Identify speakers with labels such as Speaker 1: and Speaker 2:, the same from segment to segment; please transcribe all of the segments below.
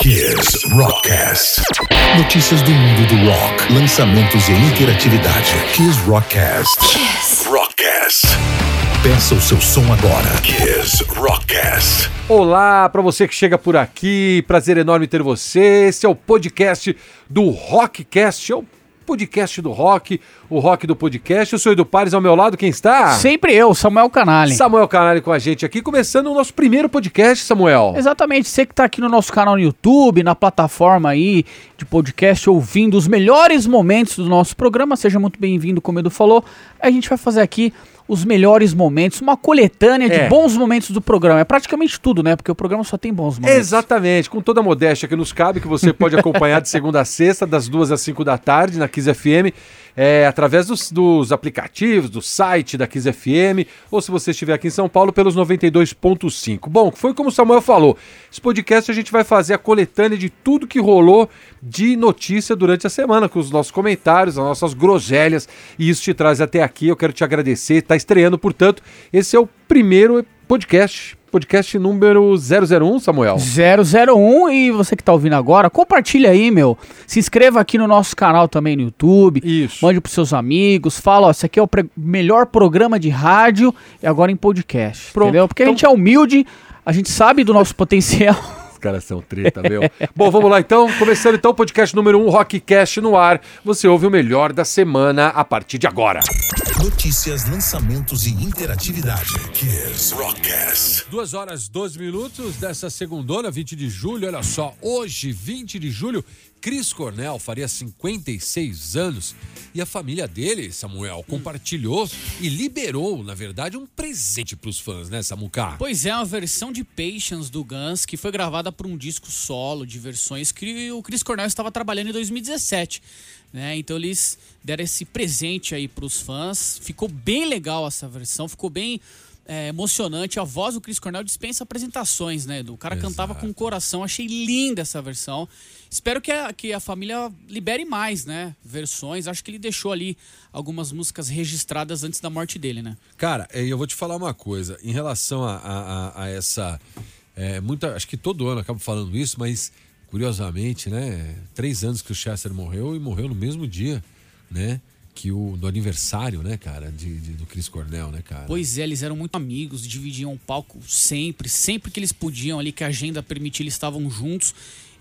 Speaker 1: Kiss Rockcast. Notícias do mundo do rock, lançamentos e interatividade. Kiss Rockcast. Kiss Rockcast. Peça o seu som agora. Kiss Rockcast.
Speaker 2: Olá para você que chega por aqui, prazer enorme ter você. Esse é o podcast do Rockcast, é o podcast do rock, o rock do podcast. Eu sou Edu Pares, ao meu lado quem está?
Speaker 3: Sempre eu, Samuel Canali.
Speaker 2: Ah. Samuel Canali com a gente aqui, começando o nosso primeiro podcast, Samuel.
Speaker 3: Exatamente, você que está aqui no nosso canal no YouTube, na plataforma aí de podcast, ouvindo os melhores momentos do nosso programa, seja muito bem-vindo, como o Edu falou. A gente vai fazer aqui os melhores momentos, uma coletânea de
Speaker 2: É.
Speaker 3: bons momentos do programa. É praticamente tudo, né? Porque o programa só tem bons momentos.
Speaker 2: Exatamente, com toda a modéstia que nos cabe, que você pode acompanhar de segunda a sexta, das duas às cinco da tarde, na Kiss FM, é, através dos, dos aplicativos, do site da Kiss FM, ou se você estiver aqui em São Paulo, pelos 92.5. Bom, foi como o Samuel falou, esse podcast a gente vai fazer a coletânea de tudo que rolou de notícia durante a semana, com os nossos comentários, as nossas groselhas, e isso te traz até aqui, eu quero te agradecer, está estreando, portanto, esse é o primeiro podcast, podcast número 001, Samuel.
Speaker 3: 001 e você que tá ouvindo agora, compartilha aí, meu. Se inscreva aqui no nosso canal também no YouTube.
Speaker 2: Isso.
Speaker 3: Mande pros seus amigos, fala, ó, esse aqui é o pre- melhor programa de rádio e agora em podcast,
Speaker 2: Pronto.
Speaker 3: entendeu? Porque
Speaker 2: Então-
Speaker 3: a gente é humilde, a gente sabe do nosso potencial.
Speaker 2: Os caras são treta, meu. Bom, vamos lá então. Começando então o podcast número 1, um, Rockcast no ar. Você ouve o melhor da semana a partir de agora.
Speaker 1: Notícias, lançamentos e interatividade. Kiss Rockcast.
Speaker 2: 2 horas 12 minutos dessa segundona, 20 de julho. Olha só, hoje, 20 de julho, Chris Cornell faria 56 anos e a família dele, Samuel, compartilhou e liberou, na verdade, um presente para os fãs, né,
Speaker 4: Tá.
Speaker 2: Samuca?
Speaker 5: Pois é, uma versão de Patience do Guns que foi gravada por um disco solo de versões que o Chris Cornell estava trabalhando em 2017. Né? Então eles deram esse presente aí para os fãs. Ficou bem legal essa versão, ficou bem é, emocionante. A voz do Chris Cornell dispensa apresentações, né? Edu? O cara cantava com o coração. Achei linda essa versão. Espero que a, que a família libere mais, né? Versões. Acho que ele deixou ali algumas músicas registradas antes da morte dele, né?
Speaker 4: Cara, eh, eu vou te falar uma coisa. Em relação a, a- a- a essa. eh, muita, acho que todo ano eu acabo falando isso, mas curiosamente, né? Três anos que o Chester morreu e morreu no mesmo dia, né? Que o do aniversário, né, cara? De, de- do Chris Cornell, né, cara?
Speaker 5: Pois é, eles eram muito amigos, dividiam o palco sempre, sempre que eles podiam ali, que a agenda permitia, eles estavam juntos.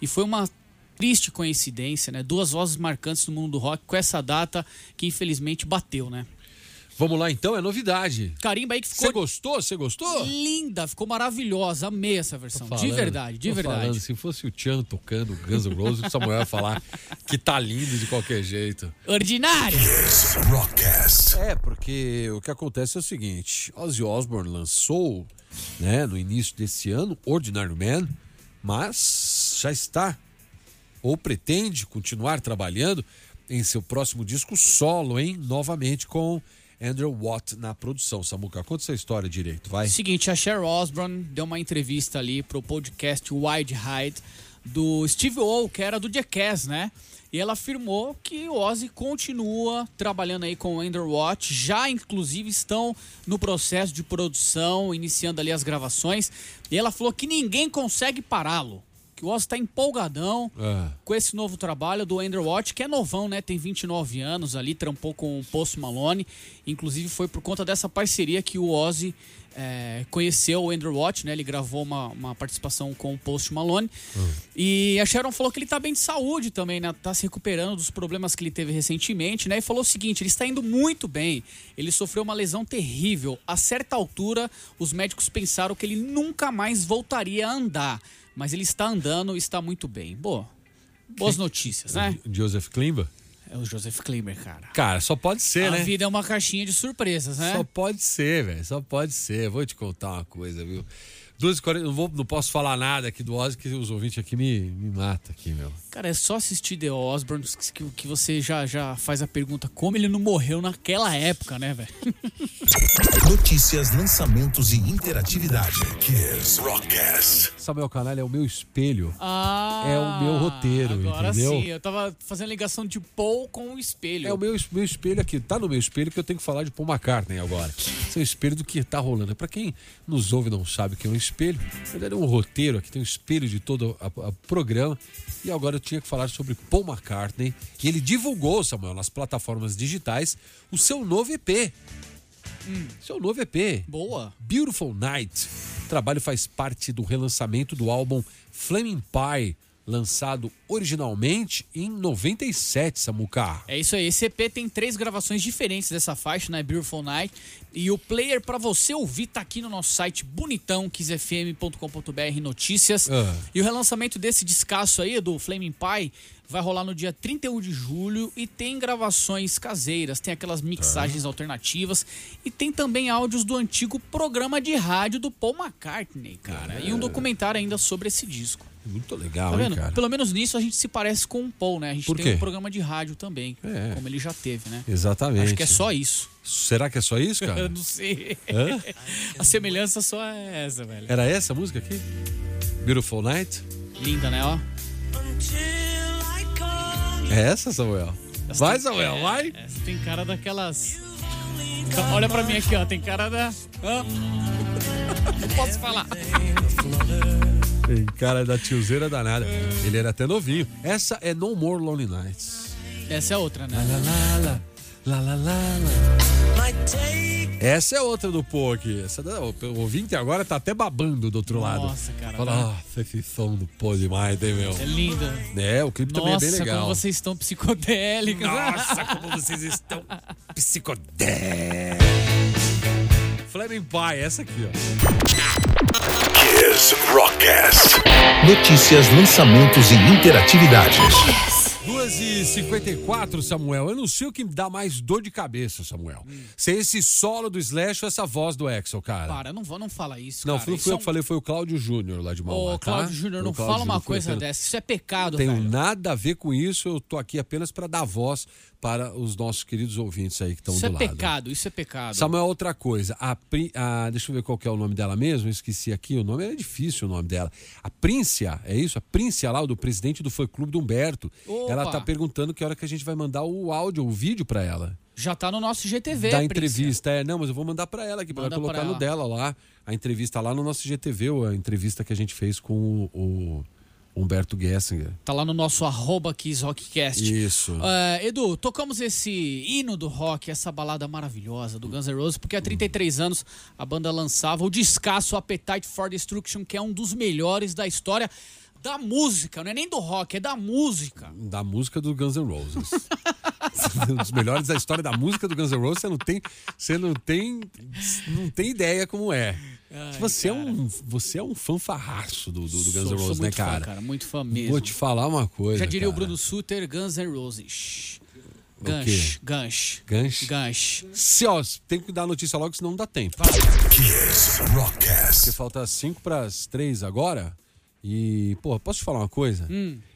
Speaker 5: E foi uma triste coincidência, né? Duas vozes marcantes no mundo do rock com essa data que infelizmente bateu, né?
Speaker 4: Vamos lá então, é novidade.
Speaker 5: Carimba aí que
Speaker 4: Você
Speaker 5: ficou
Speaker 4: gostou? Você gostou?
Speaker 5: linda, ficou maravilhosa, amei essa versão. de
Speaker 4: Falando,
Speaker 5: verdade, de
Speaker 4: tô
Speaker 5: verdade.
Speaker 4: falando, se fosse o Tiano tocando Guns N' Roses, o Samuel ia falar que tá lindo de qualquer jeito.
Speaker 5: Ordinária!
Speaker 1: Kiss Rockcast.
Speaker 4: É, porque o que acontece é o seguinte: Ozzy Osbourne lançou, né, no início desse ano, Ordinary Man, mas já está ou pretende continuar trabalhando em seu próximo disco solo, hein? Novamente com Andrew Watt na produção. Samuca, conta essa história direito, vai.
Speaker 5: Seguinte, a Cher Osborne deu uma entrevista ali pro podcast Wide Hide do Steve O, que era do Jackass, né? E ela afirmou que o Ozzy continua trabalhando aí com o Andrew Watt, já inclusive estão no processo de produção, iniciando ali as gravações. E ela falou que ninguém consegue pará-lo, que o Ozzy tá empolgadão
Speaker 4: Ah.
Speaker 5: com esse novo trabalho do Andrew Watt, que é novão, né? Tem 29 anos ali, trampou com o Post Malone. Inclusive foi por conta dessa parceria que o Ozzy eh, conheceu o Andrew Watt, né? Ele gravou uma, uma participação com o Post Malone. E a Sharon falou que ele tá bem de saúde também, né? Tá se recuperando dos problemas que ele teve recentemente, né? E falou o seguinte, ele está indo muito bem. Ele sofreu uma lesão terrível. A certa altura, os médicos pensaram que ele nunca mais voltaria a andar. Mas ele está andando e está muito bem. Boa. Boas notícias, né?
Speaker 4: Joseph Klimba?
Speaker 5: É o Joseph Klimer, cara.
Speaker 4: Cara, só pode ser,
Speaker 5: a
Speaker 4: né?
Speaker 5: vida é uma caixinha de surpresas, né?
Speaker 4: Só pode ser, velho. Só pode ser. Vou te contar uma coisa, viu? 12h40, não, vou- não posso falar nada aqui do Ozzy, que os ouvintes aqui me, me matam aqui, meu.
Speaker 5: Cara, é só assistir The Osborne que, que você já, já faz a pergunta como ele não morreu naquela época, né, velho?
Speaker 1: Notícias, lançamentos e interatividade. Kiss Rockcast.
Speaker 4: Samuel Canalha é o meu espelho.
Speaker 5: Ah,
Speaker 4: É o meu roteiro,
Speaker 5: agora
Speaker 4: entendeu?
Speaker 5: sim, eu tava fazendo ligação de Paul com o espelho.
Speaker 4: É o meu, es- meu espelho aqui. Tá no meu espelho que eu tenho que falar de Paul McCartney agora. Esse é o espelho do que tá rolando. Pra quem nos ouve e não sabe o que é um espelho. Na verdade, é um roteiro aqui, tem um espelho de todo o programa. E agora eu tinha que falar sobre Paul McCartney, que ele divulgou, Samuel, nas plataformas digitais, o seu novo EP. Seu novo EP.
Speaker 5: Boa.
Speaker 4: Beautiful Night. O trabalho faz parte do relançamento do álbum Flaming Pie, lançado originalmente em 97, Samuca.
Speaker 5: É isso aí. Esse EP tem três gravações diferentes dessa faixa, né? Beautiful Night. E o player pra você ouvir tá aqui no nosso site bonitão, kizfm.com.br notícias.
Speaker 4: Ah.
Speaker 5: E o relançamento desse descasso aí, do Flaming Pie, vai rolar no dia 31 de julho e tem gravações caseiras, tem aquelas mixagens alternativas e tem também áudios do antigo programa de rádio do Paul McCartney, cara. E um documentário ainda sobre esse disco.
Speaker 4: Muito legal,
Speaker 5: Tá
Speaker 4: hein,
Speaker 5: vendo?
Speaker 4: cara?
Speaker 5: Pelo menos nisso a gente se parece com o Paul, né? A gente
Speaker 4: Por
Speaker 5: tem
Speaker 4: quê?
Speaker 5: um programa de rádio também,
Speaker 4: É.
Speaker 5: como ele já teve, né?
Speaker 4: Exatamente.
Speaker 5: Acho que é só isso.
Speaker 4: Será que é só isso,
Speaker 5: Eu
Speaker 4: cara?
Speaker 5: não sei. A semelhança só é essa, velho.
Speaker 4: Era essa a música aqui? Beautiful Night?
Speaker 5: Linda, né? Ó.
Speaker 4: É essa, Samuel? Vai,
Speaker 5: é,
Speaker 4: Samuel, vai!
Speaker 5: Essa tem cara daquelas. Olha pra mim aqui, ó. Tem cara da. Hã? Não posso falar.
Speaker 4: Tem Cara é da tiozeira danada. Ele era até novinho. Essa é No More Lonely Nights.
Speaker 5: Essa é outra, né?
Speaker 4: Lá, lá, lá, lá, lá, lá, lá. Essa é outra do Pô aqui. Essa da, o o ouvinte agora tá até babando do outro lado.
Speaker 5: Nossa, cara.
Speaker 4: Fala, ah, esse som do Pô demais, hein, meu?
Speaker 5: É linda.
Speaker 4: É, o clipe também é
Speaker 5: Nossa,
Speaker 4: bem legal.
Speaker 5: como vocês estão psicodélicos.
Speaker 4: Nossa, como vocês estão psicodé. Flaming Pie, essa aqui, ó.
Speaker 1: Kiss Rockcast. Notícias, lançamentos e interatividades.
Speaker 4: 2h54, Samuel. Eu não sei o que me dá mais dor de cabeça, Samuel. Se é esse solo do Slash ou essa voz do Axel, cara.
Speaker 5: Hum. Para, não, vou, não fala isso.
Speaker 4: Não,
Speaker 5: cara.
Speaker 4: foi,
Speaker 5: Isso
Speaker 4: foi
Speaker 5: é
Speaker 4: eu que falei, foi o Cláudio Júnior lá de Mauá,
Speaker 5: Ô, Cláudio
Speaker 4: tá?
Speaker 5: Júnior,
Speaker 4: Foi o um
Speaker 5: não
Speaker 4: Cláudio
Speaker 5: fala uma
Speaker 4: Júnior, foi
Speaker 5: coisa
Speaker 4: apenas-
Speaker 5: dessa. Isso é pecado,
Speaker 4: Tenho
Speaker 5: velho.
Speaker 4: nada a ver com isso, eu tô aqui apenas pra dar voz para os nossos queridos ouvintes aí que estão então do
Speaker 5: Isso é
Speaker 4: lado.
Speaker 5: pecado, isso é pecado.
Speaker 4: Samuel, outra coisa. A, Pri- a- deixa eu ver qual que é o nome dela mesmo. eu Esqueci aqui. O nome é difícil o nome dela. A Príncia, é isso? A Príncia lá, o do presidente do fã clube do Humberto.
Speaker 5: Opa!
Speaker 4: Ela tá perguntando que hora que a gente vai mandar o áudio, o vídeo pra ela.
Speaker 5: Já tá no nosso GTV,
Speaker 4: da
Speaker 5: Príncia.
Speaker 4: entrevista. É, não, mas eu vou mandar pra ela aqui, pra ela
Speaker 5: Manda
Speaker 4: colocar
Speaker 5: pra
Speaker 4: no
Speaker 5: ela.
Speaker 4: dela lá. A entrevista lá no nosso GTV, a entrevista que a gente fez com o, o Humberto Gessinger.
Speaker 5: Tá lá no nosso arroba Kiss Rockcast.
Speaker 4: Isso.
Speaker 5: Ah, Edu, tocamos esse hino do rock, essa balada maravilhosa do Guns N' Roses, porque há 33 anos a banda lançava o descasso Appetite for Destruction, que é um dos melhores da história da música, não é nem do rock, é da música.
Speaker 4: da música do Guns N' Roses. um dos melhores da história da música do Guns N' Roses, você não tem, você não tem, não tem ideia como é. você é um, você é um fanfarraço do, do, do Guns
Speaker 5: Sou-
Speaker 4: N'
Speaker 5: sou
Speaker 4: Roses, né,
Speaker 5: muito fã,
Speaker 4: cara?
Speaker 5: Muito fã mesmo.
Speaker 4: Vou te falar uma coisa.
Speaker 5: Já diria o
Speaker 4: é, cara.
Speaker 5: Bruno Suter, Guns N' Roses.
Speaker 4: quê?
Speaker 5: Gansh, gansh.
Speaker 4: Gansh?
Speaker 5: Gansh.
Speaker 4: Se, ó, tem que dar notícia logo, senão não dá tempo.
Speaker 1: Kiss
Speaker 4: Porque
Speaker 1: Rockcast.
Speaker 4: falta 5 para as 3 agora. E, pô, posso te falar uma coisa?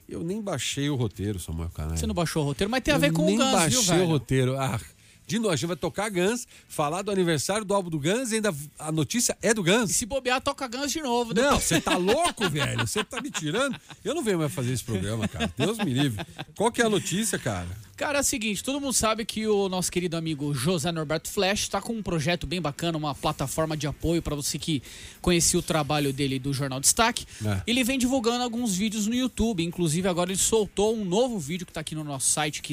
Speaker 4: Eu nem baixei o roteiro, Samuel Canal.
Speaker 5: Hum. Você não baixou o roteiro, mas tem a ver
Speaker 4: Eu
Speaker 5: com o
Speaker 4: nem
Speaker 5: Guns,
Speaker 4: baixei
Speaker 5: viu, velho?
Speaker 4: o roteiro. Ah, de novo, a gente vai tocar Guns, falar do aniversário do álbum do Guns e ainda a notícia é do
Speaker 5: E
Speaker 4: Guns.
Speaker 5: se bobear, toca Guns de novo.
Speaker 4: Não,
Speaker 5: depois.
Speaker 4: você tá louco, velho? Você tá me tirando? Eu não venho mais fazer esse programa, cara. Deus me livre. Qual que é a notícia, cara?
Speaker 5: Cara, é o seguinte, todo mundo sabe que o nosso querido amigo José Norberto Flash tá com um projeto bem bacana, uma plataforma de apoio pra você que conhecia o trabalho dele do Jornal Destaque.
Speaker 4: É.
Speaker 5: Ele vem divulgando alguns vídeos no YouTube, inclusive agora ele soltou um novo vídeo que tá aqui no nosso site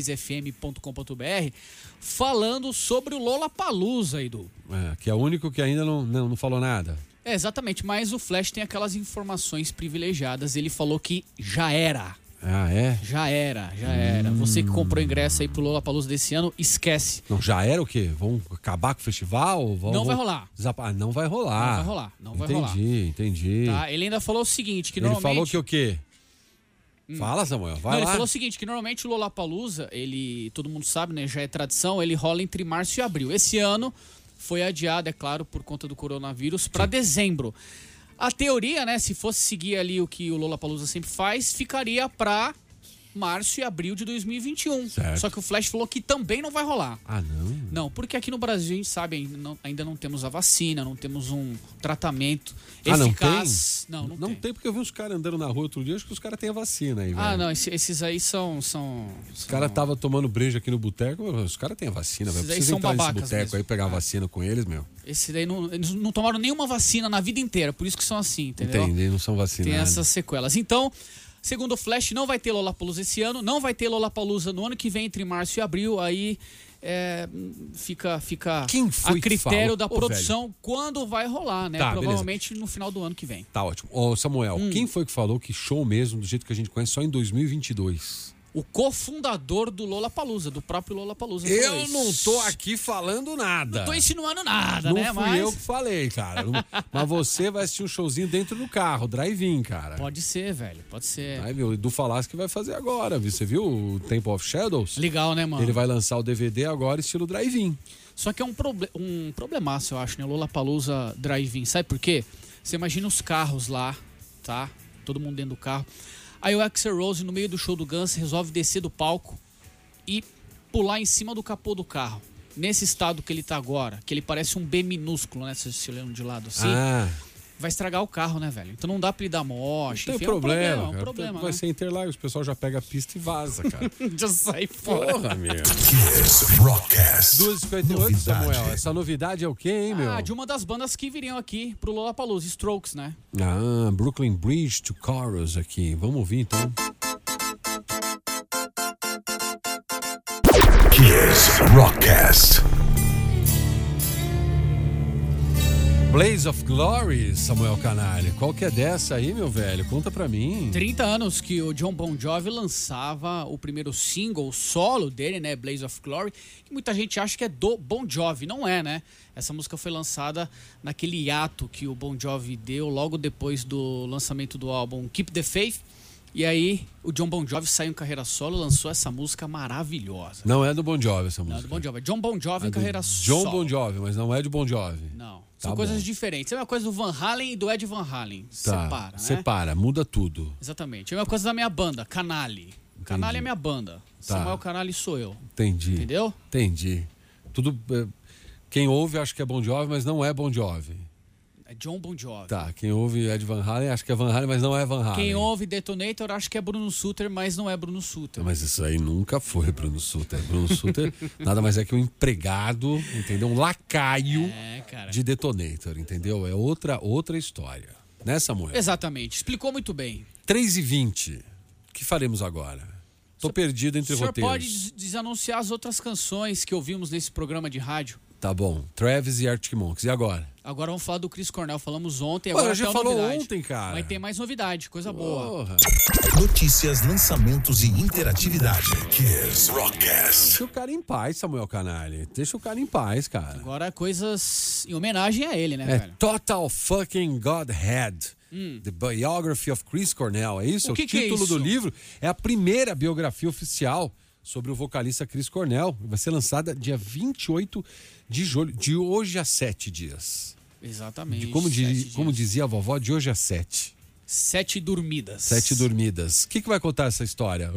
Speaker 5: kizfm.com.br falando sobre o Lollapalooza, Edu.
Speaker 4: É, que é o único que ainda não, não, não falou nada.
Speaker 5: É, exatamente, mas o Flash tem aquelas informações privilegiadas, ele falou que já era.
Speaker 4: Ah, é?
Speaker 5: Já era, já era. Você que comprou ingresso aí pro Lollapalooza desse ano, esquece.
Speaker 4: Não, já era o quê? Vão acabar com o festival? Vão-
Speaker 5: Não vai
Speaker 4: vão
Speaker 5: rolar.
Speaker 4: desapa- Ah, não vai rolar.
Speaker 5: Não vai rolar, não vai rolar.
Speaker 4: Entendi, entendi.
Speaker 5: Tá? Ele ainda falou o seguinte, que
Speaker 4: Ele
Speaker 5: normalmente...
Speaker 4: falou que o quê? Fala, Samuel, vai
Speaker 5: Hum. Não, ele
Speaker 4: lá.
Speaker 5: falou o seguinte, que normalmente o Lollapalooza, ele, todo mundo sabe, né, já é tradição, ele rola entre março e abril. Esse ano foi adiado, é claro, por conta do coronavírus, para dezembro. A teoria, né, se fosse seguir ali o que o Lollapalooza sempre faz, ficaria pra março e abril de 2021.
Speaker 4: Certo.
Speaker 5: Só que o Flash falou que também não vai rolar.
Speaker 4: Ah, não.
Speaker 5: Não, porque aqui no Brasil a gente sabe, ainda não, ainda não temos a vacina, não temos um tratamento
Speaker 4: Ah, não
Speaker 5: eficaz.
Speaker 4: tem?
Speaker 5: não,
Speaker 4: tem. porque eu vi uns caras andando na rua outro dia, acho que os caras têm a vacina aí, velho.
Speaker 5: Ah, não, esse- esses aí são. são
Speaker 4: Os caras estavam tomando breja aqui no boteco, os caras têm a vacina, velho.
Speaker 5: Esses aí
Speaker 4: Precisa
Speaker 5: são
Speaker 4: entrar nesse
Speaker 5: babacas
Speaker 4: boteco
Speaker 5: mesmo. É.
Speaker 4: aí, pegar a vacina com eles, meu.
Speaker 5: Esse daí não, eles não tomaram nenhuma vacina na vida inteira, por isso que são assim, entendeu?
Speaker 4: Entendem? Não são
Speaker 5: Tem
Speaker 4: vacinados.
Speaker 5: essas sequelas. Então, segundo o Flash, não vai ter Lollapalooza esse ano, não vai ter Lollapalooza no ano que vem, entre março e abril, aí é, fica, fica
Speaker 4: Quem foi
Speaker 5: a
Speaker 4: que
Speaker 5: critério
Speaker 4: falou?
Speaker 5: da
Speaker 4: Ô,
Speaker 5: produção quando vai rolar, né?
Speaker 4: Tá, beleza.
Speaker 5: Provavelmente no final do ano que vem.
Speaker 4: Tá ótimo. Ô, Samuel,
Speaker 5: Hum.
Speaker 4: quem foi que falou que show mesmo, do jeito que a gente conhece, só em 2022?
Speaker 5: O cofundador do Lollapalooza, do próprio Lollapalooza. falou
Speaker 4: Eu
Speaker 5: isso.
Speaker 4: não tô aqui falando nada.
Speaker 5: Não tô insinuando nada,
Speaker 4: Não
Speaker 5: né?
Speaker 4: fui
Speaker 5: Mas
Speaker 4: eu que falei, cara. Não- Mas você vai assistir um showzinho dentro do carro, drive-in, cara.
Speaker 5: pode ser, velho, pode ser.
Speaker 4: Aí, meu, o Edu Falaschi vai fazer agora, viu? Você viu o Temple of Shadows?
Speaker 5: Legal, né, mano?
Speaker 4: Ele vai lançar o DVD agora, estilo drive-in.
Speaker 5: Só que é um, proble um problemaço, eu acho, né? Lola Palusa Drive-In. Sabe por quê? Você imagina os carros lá, tá? Todo mundo dentro do carro. Aí o Axel Rose, no meio do show do Guns, resolve descer do palco e pular em cima do capô do carro. Nesse estado que ele tá agora, que ele parece um B minúsculo, né? Se se olhando de lado assim,
Speaker 4: Ah,
Speaker 5: vai estragar o carro, né, velho? Então não dá pra ele dar moche.
Speaker 4: não tem
Speaker 5: enfim,
Speaker 4: problema,
Speaker 5: é um problema,
Speaker 4: cara.
Speaker 5: é um problema,
Speaker 4: vai
Speaker 5: né?
Speaker 4: ser Interlagos, o pessoal já pega a pista e vaza, cara.
Speaker 5: Já sai fora.
Speaker 4: Porra, meu.
Speaker 1: Kiss Rockcast.
Speaker 4: 2h58, Samuel. Essa novidade é o quê, hein, meu?
Speaker 5: Ah, de uma das bandas que viriam aqui pro Lollapalooza, Strokes, né?
Speaker 4: Ah, Brooklyn Bridge to Chorus aqui. Vamos ouvir, então.
Speaker 1: Kiss Rockcast.
Speaker 4: Blaze of Glory, Samuel Canalha. Qual que é dessa aí, meu velho? Conta pra mim.
Speaker 5: 30 anos que o John Bon Jovi lançava o primeiro single solo dele, né, Blaze of Glory, que muita gente acha que é do Bon Jovi, não é, né? Essa música foi lançada naquele hiato que o Bon Jovi deu logo depois do lançamento do álbum Keep the Faith. E aí, o John Bon Jovi saiu em carreira solo, lançou essa música maravilhosa.
Speaker 4: Não é do Bon Jovi essa
Speaker 5: Não,
Speaker 4: música.
Speaker 5: do Bon Jovi, é John Bon Jovi em
Speaker 4: É do
Speaker 5: carreira
Speaker 4: John
Speaker 5: solo.
Speaker 4: Bon Jovi, mas não é de Bon Jovi.
Speaker 5: Não,
Speaker 4: Tá
Speaker 5: são coisas
Speaker 4: bom.
Speaker 5: diferentes. É uma coisa do Van Halen e do Ed Van Halen.
Speaker 4: Tá,
Speaker 5: Separa, né?
Speaker 4: Separa, muda tudo.
Speaker 5: Exatamente. É uma coisa da minha banda, Canale. Canale é minha banda.
Speaker 4: Tá.
Speaker 5: Samuel Canale sou eu.
Speaker 4: Entendi.
Speaker 5: Entendeu?
Speaker 4: Entendi. Tudo. eh, Quem ouve acha que é Bon Jovi, mas não é Bon Jovi.
Speaker 5: É John Bon Jovi.
Speaker 4: Tá, quem ouve Ed Van Halen acha que é Van Halen, mas não é Van Halen.
Speaker 5: Quem ouve Detonator acha que é Bruno Suter, mas não é Bruno Suter.
Speaker 4: Mas isso aí nunca foi Bruno Suter. Bruno Suter nada mais é que um empregado, entendeu? Um lacaio
Speaker 5: É, cara.
Speaker 4: de Detonator, entendeu? É outra, outra história. Né, Samuel?
Speaker 5: Exatamente. Explicou muito bem.
Speaker 4: 3 e 20 O que faremos agora? Tô perdido entre
Speaker 5: o senhor
Speaker 4: roteiros.
Speaker 5: pode des- desanunciar as outras canções que ouvimos nesse programa de rádio.
Speaker 4: Tá bom. Travis e Arctic Monkeys. E agora?
Speaker 5: Agora vamos falar do Chris Cornell. Falamos ontem.
Speaker 4: Pô,
Speaker 5: Agora
Speaker 4: a gente
Speaker 5: tem uma
Speaker 4: falou
Speaker 5: novidade.
Speaker 4: ontem, cara.
Speaker 5: Mas tem mais novidade, coisa boa.
Speaker 4: Porra.
Speaker 1: Notícias, lançamentos e interatividade. Kiss Rockcast.
Speaker 4: Deixa o cara em paz, Samuel Canalha. Deixa o cara em paz, cara.
Speaker 5: Agora coisas em homenagem a ele, né,
Speaker 4: É
Speaker 5: velho? Hum.
Speaker 4: Total Fucking Godhead. The Biography of Chris Cornell. É isso?
Speaker 5: O
Speaker 4: É
Speaker 5: que que é
Speaker 4: título
Speaker 5: isso?
Speaker 4: do livro. É a primeira biografia oficial sobre o vocalista Chris Cornell. Vai ser lançada dia 28 de julho. De hoje a sete dias.
Speaker 5: Exatamente.
Speaker 4: De como, diri-
Speaker 5: Sete
Speaker 4: como
Speaker 5: dias.
Speaker 4: dizia a vovó, de hoje a sete.
Speaker 5: Sete dormidas.
Speaker 4: Sete dormidas. O que, que vai contar essa história?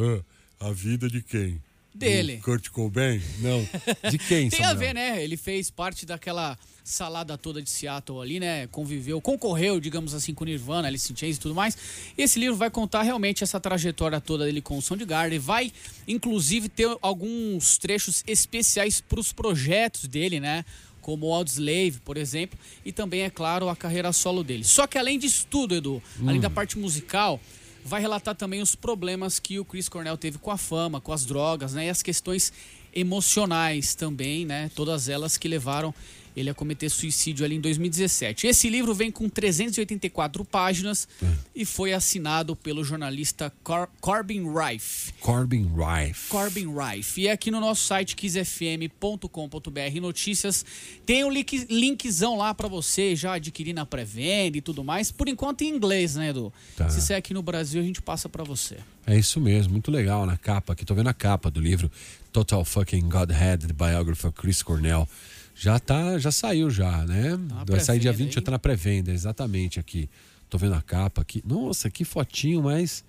Speaker 4: Ah, a vida de quem?
Speaker 5: Dele.
Speaker 4: Do Kurt Cobain? Não. De quem,
Speaker 5: Tem a
Speaker 4: Samuel?
Speaker 5: ver, né? Ele fez parte daquela salada toda de Seattle ali, né? Conviveu, concorreu, digamos assim, com Nirvana, Alice in Chains e tudo mais. E esse livro vai contar realmente essa trajetória toda dele com o Soundgarden. Vai, inclusive, ter alguns trechos especiais para os projetos dele, né? Como o Slave, por exemplo, e também, é claro, a carreira solo dele. Só que além disso tudo, Edu, além da parte musical, vai relatar também os problemas que o Chris Cornell teve com a fama, com as drogas, né? E as questões emocionais também, né? Todas elas que levaram ele a cometer suicídio ali em 2017. Esse livro vem com 384 páginas e foi assinado pelo jornalista Cor- Corbin Rife.
Speaker 4: Corbin Rife.
Speaker 5: Corbin Rife. E aqui no nosso site quizfm.com.br notícias tem o link, linkzão lá pra você já adquirir na pré-venda e tudo mais. Por enquanto em inglês, né, Edu?
Speaker 4: Tá.
Speaker 5: Se você é aqui no Brasil, a gente passa pra você.
Speaker 4: É isso mesmo, muito legal na capa aqui. Tô vendo a capa do livro Total Fucking Godhead, The Biography of Chris Cornell. Já tá, já saiu já, né?
Speaker 5: na
Speaker 4: Vai sair dia
Speaker 5: pré-venda,
Speaker 4: 20,
Speaker 5: hein?
Speaker 4: tá na pré-venda, exatamente aqui. Tô vendo a capa aqui. Nossa, que fotinho mais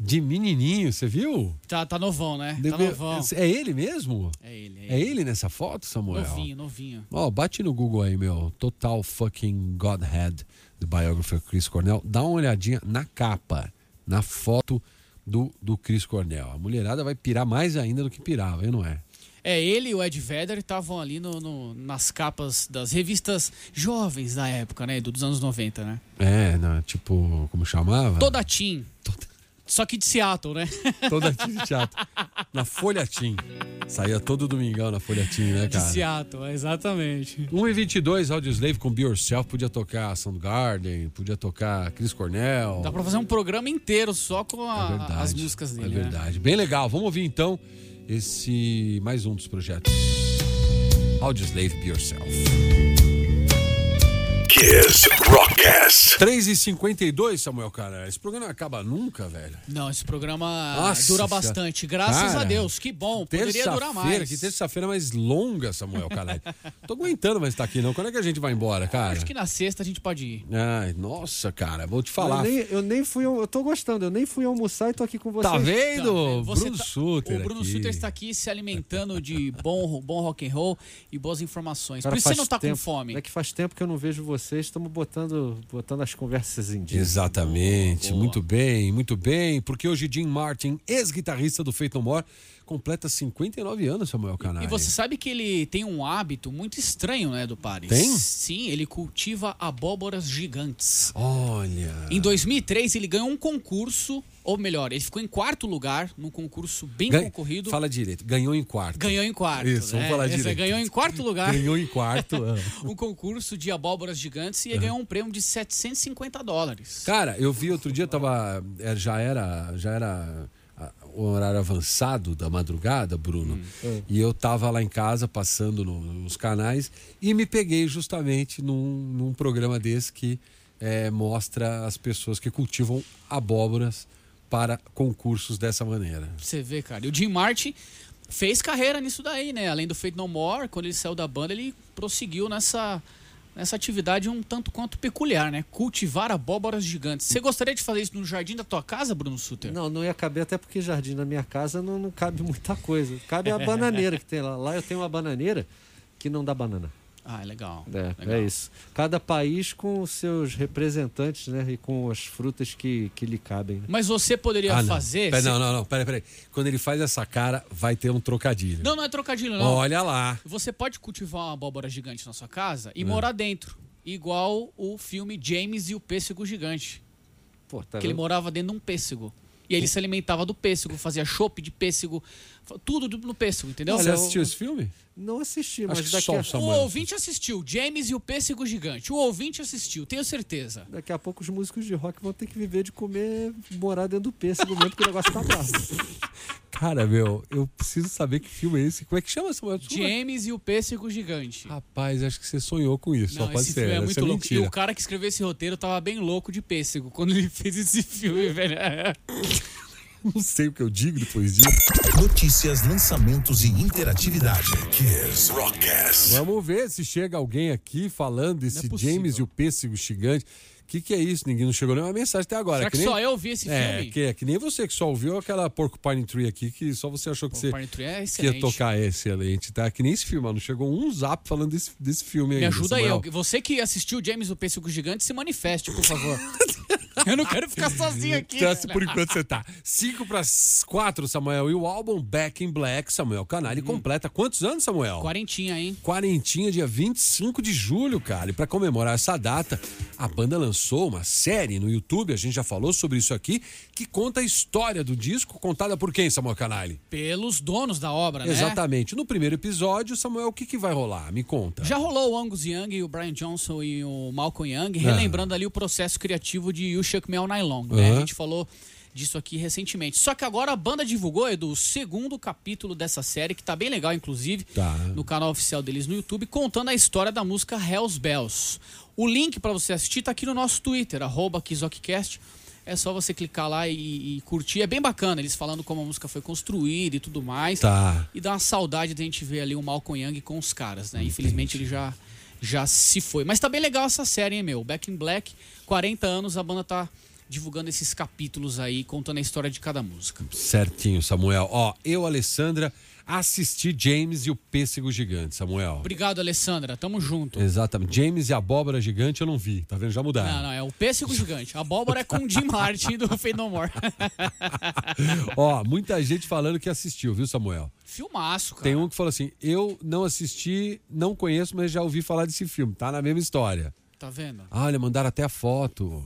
Speaker 4: De menininho, você viu?
Speaker 5: Tá, tá novão, né?
Speaker 4: De-
Speaker 5: Tá novão.
Speaker 4: É ele mesmo?
Speaker 5: É ele, é
Speaker 4: É ele nessa foto, Samuel?
Speaker 5: Novinho, novinho.
Speaker 4: Ó, bate no Google aí, meu. Total fucking Godhead, do biographer Chris Cornell. Dá uma olhadinha na capa, na foto do, do Chris Cornell. A mulherada vai pirar mais ainda do que pirava, hein, não é?
Speaker 5: É ele e o Ed Vedder estavam ali no, no- nas capas das revistas jovens da época, né? Edu? Dos anos 90, né?
Speaker 4: É, não, tipo, como chamava?
Speaker 5: Toda Team. Só que de Seattle, né?
Speaker 4: Toda Tim de teatro. Na Folha Tim. Saía todo domingão na Folha Tim, né,
Speaker 5: De
Speaker 4: cara?
Speaker 5: Seattle, exatamente.
Speaker 4: 1 e 22, Audioslave com Be Yourself. Podia tocar Soundgarden, podia tocar Chris Cornell.
Speaker 5: Dá pra fazer um programa inteiro só com a-
Speaker 4: É verdade,
Speaker 5: as músicas dele,
Speaker 4: É
Speaker 5: né?
Speaker 4: verdade. Bem legal. Vamos ouvir então esse mais um dos projetos. Audioslave Be Yourself.
Speaker 1: Kiss Rockcast.
Speaker 4: 3h52, Samuel, cara. Esse programa não acaba nunca, velho.
Speaker 5: Não, esse programa
Speaker 4: Nossa
Speaker 5: dura
Speaker 4: senhora.
Speaker 5: bastante. Graças
Speaker 4: Cara,
Speaker 5: a Deus, que bom. Poderia durar
Speaker 4: Terça-feira,
Speaker 5: mais.
Speaker 4: que terça-feira é mais longa, Samuel, caralho. Tô aguentando mais estar aqui, não. Quando é que a gente vai embora, cara?
Speaker 5: Acho que na sexta a gente pode ir.
Speaker 4: Ai, nossa, cara, vou te
Speaker 6: Eu
Speaker 4: falar.
Speaker 6: nem, eu nem fui. al- Eu tô gostando, eu nem fui almoçar e tô aqui com vocês.
Speaker 4: Tá vendo?
Speaker 5: Você
Speaker 4: Bruno
Speaker 5: tá-
Speaker 4: Suter.
Speaker 5: O Bruno
Speaker 4: aqui.
Speaker 5: Suter está aqui se alimentando de bom, bom rock and roll e boas informações.
Speaker 6: Cara,
Speaker 5: Por isso você
Speaker 6: faz
Speaker 5: não tá
Speaker 6: tempo-
Speaker 5: com fome.
Speaker 6: É que faz tempo que eu não vejo vocês. Estamos botando, botando as conversas em dia.
Speaker 4: Exatamente, muito bem, muito bem, porque hoje Jim Martin, ex-guitarrista do Faith No More, completa 59 anos, Samuel Canal.
Speaker 5: E você sabe que ele tem um hábito muito estranho, né, do Paris?
Speaker 4: Tem?
Speaker 5: Sim, ele cultiva abóboras gigantes.
Speaker 4: Olha.
Speaker 5: Em 2003, ele ganhou um concurso, ou melhor, ele ficou em quarto lugar num concurso bem
Speaker 4: Gan-
Speaker 5: concorrido.
Speaker 4: Fala direito, ganhou em quarto.
Speaker 5: Ganhou em quarto.
Speaker 4: Isso, vamos
Speaker 5: né?
Speaker 4: falar
Speaker 5: Essa-
Speaker 4: direito.
Speaker 5: Ganhou em quarto lugar
Speaker 4: Ganhou em quarto. é.
Speaker 5: um concurso de abóboras gigantes e ele ganhou um prêmio de 750 dólares.
Speaker 4: Cara, eu vi outro dia, tava. é, Já era. Já era ah, o horário avançado da madrugada, Bruno. E eu tava lá em casa, passando no- nos canais, e me peguei justamente num, num programa desse que é, mostra as pessoas que cultivam abóboras para concursos dessa maneira.
Speaker 5: Pra você ver, cara. E o Jim Martin fez carreira nisso daí, né? Além do Fate No More, quando ele saiu da banda, ele prosseguiu nessa, nessa atividade um tanto quanto peculiar, né? Cultivar abóboras gigantes. Você gostaria de fazer isso no jardim da tua casa, Bruno Suter?
Speaker 6: Não, não ia caber, até porque jardim na minha casa não, não cabe muita coisa. Cabe a bananeira que tem lá. Lá eu tenho uma bananeira que não dá banana.
Speaker 5: Ah, é legal.
Speaker 6: É,
Speaker 5: legal.
Speaker 6: é isso. Cada país com os seus representantes, né? E com as frutas que, que lhe cabem. né?
Speaker 5: Mas você poderia
Speaker 4: Ah, não.
Speaker 5: fazer...
Speaker 4: Pera-
Speaker 5: se-
Speaker 4: Não, não, não. Peraí, peraí. Quando ele faz essa cara, vai ter um trocadilho.
Speaker 5: não, não é trocadilho, não.
Speaker 4: Olha lá.
Speaker 5: Você pode cultivar uma abóbora gigante na sua casa
Speaker 4: Hum.
Speaker 5: e morar dentro. Igual o filme James e o Pêssego Gigante.
Speaker 6: Pô, tá
Speaker 5: que ele
Speaker 4: Uhum.
Speaker 6: vendo?
Speaker 5: morava dentro de um pêssego. E aí ele se alimentava do pêssego, fazia chopp de pêssego, fa- tudo do- no pêssego, entendeu?
Speaker 4: Você
Speaker 6: eu-
Speaker 4: assistiu esse filme?
Speaker 6: Não assisti,
Speaker 4: Acho
Speaker 6: mas
Speaker 4: que
Speaker 6: daqui,
Speaker 4: só
Speaker 6: a,
Speaker 4: o
Speaker 5: o
Speaker 4: Samuel.
Speaker 5: ouvinte assistiu, James e o Pêssego Gigante. O ouvinte assistiu, tenho certeza.
Speaker 6: daqui a pouco os músicos de rock vão ter que viver de comer, morar dentro do pêssego mesmo, porque o negócio tá bravo.
Speaker 4: Cara, meu, eu preciso saber que filme é esse. Como é que chama, Samuel? Desculpa.
Speaker 5: James e o Pêssego Gigante.
Speaker 4: Rapaz, acho que você sonhou com isso.
Speaker 5: Não,
Speaker 4: Ah, só pode
Speaker 5: esse
Speaker 4: ser.
Speaker 5: filme é
Speaker 4: essa
Speaker 5: muito louco. E
Speaker 4: mentira.
Speaker 5: o cara que escreveu esse roteiro tava bem louco de pêssego quando ele fez esse filme, velho.
Speaker 4: Não sei o que eu digo depois disso.
Speaker 1: Notícias, lançamentos e interatividade. Kiss Rockcast.
Speaker 4: Vamos ver se chega alguém aqui falando esse
Speaker 5: é possível.
Speaker 4: James e o Pêssego Gigante. O que, que é isso? Ninguém não chegou nenhuma mensagem até agora.
Speaker 5: Será que,
Speaker 4: nem...
Speaker 5: só eu vi esse
Speaker 4: É,
Speaker 5: filme?
Speaker 4: que, é que nem você que só ouviu aquela Porcupine Tree aqui, que só você achou que
Speaker 5: Pô,
Speaker 4: você
Speaker 5: Party Tree é
Speaker 4: que ia
Speaker 5: excelente.
Speaker 4: tocar. É excelente, tá? Que nem esse filme, ó, não chegou um zap falando desse, desse filme aí.
Speaker 5: Me ajuda aí, alguém. você que assistiu James e o Pêssego Gigante, se manifeste, por favor. eu não quero ficar sozinho aqui. né?
Speaker 4: Então, assim,
Speaker 5: velho.
Speaker 4: por enquanto você tá. 5 para 4, Samuel. E o álbum Back in Black, Samuel Canali,
Speaker 5: Uhum.
Speaker 4: completa quantos anos, Samuel?
Speaker 5: Quarentinha, hein?
Speaker 4: Quarentinha, dia 25 de julho, cara. E pra comemorar essa data, a banda lançou uma série no YouTube, a gente já falou sobre isso aqui, que conta a história do disco, contada por quem, Samuel Canali?
Speaker 5: Pelos donos da obra, né?
Speaker 4: Exatamente. No primeiro episódio, Samuel, o que, que vai rolar? Me conta.
Speaker 5: Já rolou o Angus Young e o Brian Johnson e o Malcolm
Speaker 4: É.
Speaker 5: Young, relembrando ali o processo criativo de You Shook Me All Night Long, né?
Speaker 4: Aham.
Speaker 5: A gente falou disso aqui recentemente. Só que agora a banda divulgou, Edu, o segundo capítulo dessa série, que tá bem legal, inclusive,
Speaker 4: Tá.
Speaker 5: no canal oficial deles no YouTube, contando a história da música Hells Bells. O link pra você assistir tá aqui no nosso Twitter, arroba Kizokcast. É só você clicar lá e, e curtir. É bem bacana, eles falando como a música foi construída e tudo mais.
Speaker 4: Tá.
Speaker 5: E dá uma saudade de a gente ver ali o Malcolm Young com os caras, né? Infelizmente ele já, já se foi. Mas tá bem legal essa série, hein, meu? Back in Black, 40 anos, a banda tá divulgando esses capítulos aí, contando a história de cada música.
Speaker 4: Certinho, Samuel. Ó, eu, Alessandra, assisti James e o Pêssego Gigante, Samuel.
Speaker 5: Obrigado, Alessandra. Tamo junto.
Speaker 4: Exatamente. James e a Abóbora Gigante eu não vi. Tá vendo? Já mudaram.
Speaker 5: Não, não, é o pêssego gigante. A abóbora é com o Jim Martin do Fade No More.
Speaker 4: Ó, muita gente falando que assistiu, viu, Samuel?
Speaker 5: Filmaço, cara.
Speaker 4: Tem um que falou assim: eu não assisti, não conheço, mas já ouvi falar desse filme. Tá na mesma história.
Speaker 5: Tá vendo?
Speaker 4: Ah, olha, mandaram até a foto.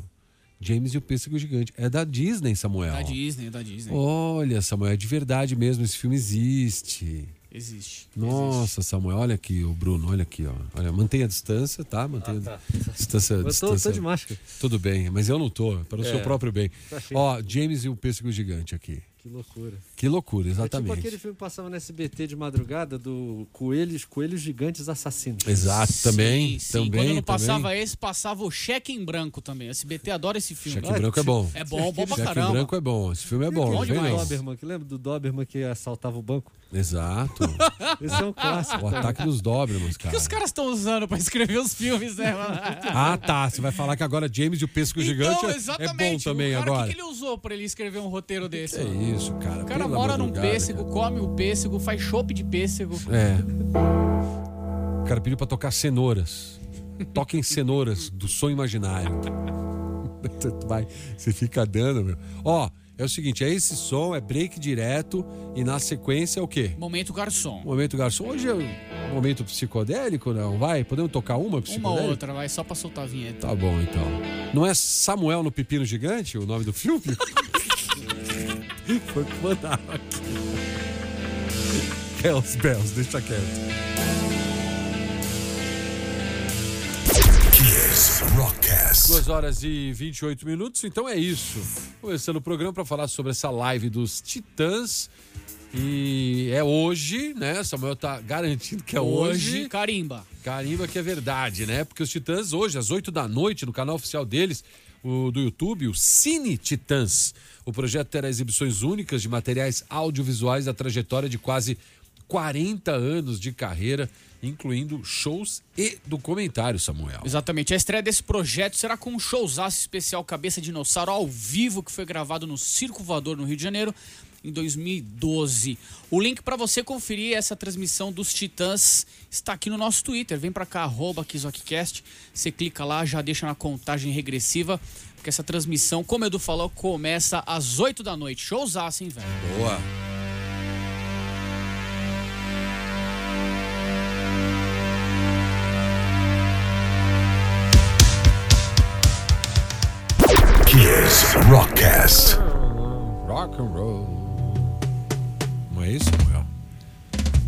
Speaker 4: James e o Pêssego Gigante. É da Disney, Samuel.
Speaker 5: Da Disney, da Disney.
Speaker 4: Olha, Samuel, é de verdade mesmo. Esse filme existe.
Speaker 5: Existe.
Speaker 4: Nossa, Samuel, olha aqui, o Bruno, olha aqui, ó. Olha, mantenha a distância, tá? Mantenha a distância.
Speaker 6: Eu tô,
Speaker 4: distância.
Speaker 6: tô de máscara.
Speaker 4: Tudo bem, mas eu não tô, é para o seu próprio bem.
Speaker 5: Tá
Speaker 6: certo.
Speaker 4: Ó, James e o Pêssego Gigante aqui.
Speaker 6: Que loucura.
Speaker 4: Que loucura,
Speaker 6: É tipo aquele
Speaker 4: exatamente.
Speaker 6: filme que passava no SBT de madrugada do Coelhos, Coelhos Gigantes Assassinos.
Speaker 4: Exato, também,
Speaker 5: Sim, sim.
Speaker 4: também,
Speaker 5: Quando
Speaker 4: também.
Speaker 5: não passava esse, passava o Cheque em Branco também. SBT adora esse filme.
Speaker 4: Cheque em branco é bom.
Speaker 5: É bom, bom pra
Speaker 4: Cheque em
Speaker 5: caramba.
Speaker 4: branco é bom. Esse filme é bom,
Speaker 5: bom
Speaker 4: não vem
Speaker 5: demais.
Speaker 4: não.
Speaker 6: Doberman, que lembra do Doberman que assaltava o banco?
Speaker 4: Exato.
Speaker 6: Esse é um clássico.
Speaker 4: O ataque dos Dobermans,
Speaker 5: O
Speaker 4: cara.
Speaker 5: que os caras estão usando pra escrever os filmes, né? mano?
Speaker 4: Ah, tá. Você vai falar que agora James e o Pêssego Gigante
Speaker 5: então,
Speaker 4: é- é bom
Speaker 5: exatamente.
Speaker 4: também
Speaker 5: o cara,
Speaker 4: agora.
Speaker 5: O que, que ele usou pra ele escrever um roteiro desse?
Speaker 4: É isso, cara.
Speaker 5: O cara
Speaker 4: Pela
Speaker 5: mora num
Speaker 4: madrugada,
Speaker 5: pêssego, come o pêssego, faz chopp de pêssego.
Speaker 4: cara. É. O cara pediu pra tocar cenouras. Toquem cenouras do sonho imaginário. Tu Vai, você fica dando, meu. Ó, é o seguinte, é esse som, é break direto e na sequência é o quê?
Speaker 5: Momento garçom.
Speaker 4: Momento garçom. Hoje é um momento psicodélico, não? Vai? Podemos tocar uma
Speaker 5: Uma
Speaker 4: psicodélica?
Speaker 5: ou outra, vai só pra soltar a vinheta.
Speaker 4: Tá bom, então. Não é Samuel no Pepino Gigante o nome do filme? Foi o que mandaram aqui. Hells Bells, deixa quieto.
Speaker 1: Kiss Rockcast.
Speaker 4: 2 horas e 28 minutos, então é isso. Começando o programa para falar sobre essa live dos Titãs. E é hoje, né? Samuel tá garantindo que é hoje.
Speaker 5: carimba.
Speaker 4: Carimba que é verdade, né? Porque os Titãs hoje, às 8 da noite, no canal oficial deles, o do YouTube, o Cine Titãs. O projeto terá exibições únicas de materiais audiovisuais da trajetória de quase 40 anos de carreira, incluindo shows e documentário, Samuel.
Speaker 5: Exatamente. A estreia desse projeto será com um showzaço especial Cabeça Dinossauro ao vivo que foi gravado no Circo Voador no Rio de Janeiro em 2012. O link para você conferir essa transmissão dos Titãs está aqui no nosso Twitter. Vem para cá arroba KizokCast. Você clica lá, já deixa na contagem regressiva, porque essa transmissão, como o Edu falou, começa às 8 da noite. Showzaço, hein, velho.
Speaker 4: Boa.
Speaker 1: Kiss Rockcast.
Speaker 4: Rock and roll. Não é isso, Samuel?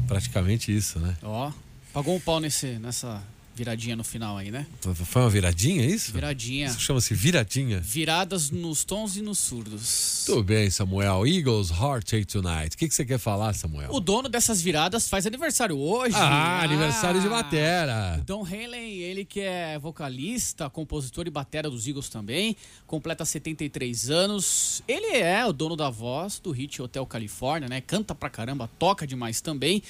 Speaker 4: Praticamente isso, né?
Speaker 5: Ó, pagou um pau nesse, nessa viradinha no final aí, né?
Speaker 4: Foi uma viradinha, é isso?
Speaker 5: Viradinha.
Speaker 4: Isso chama-se viradinha.
Speaker 5: Viradas nos tons e nos surdos.
Speaker 4: Tudo bem, Samuel. Eagles Heartache Tonight. O que, que você quer falar, Samuel?
Speaker 5: O dono dessas viradas faz aniversário hoje.
Speaker 4: Ah, aniversário de batera.
Speaker 5: Don Haley, ele que é vocalista, compositor e batera dos Eagles também, completa 73 anos. Ele é o dono da voz do hit Hotel Califórnia, né? Canta pra caramba, toca demais também.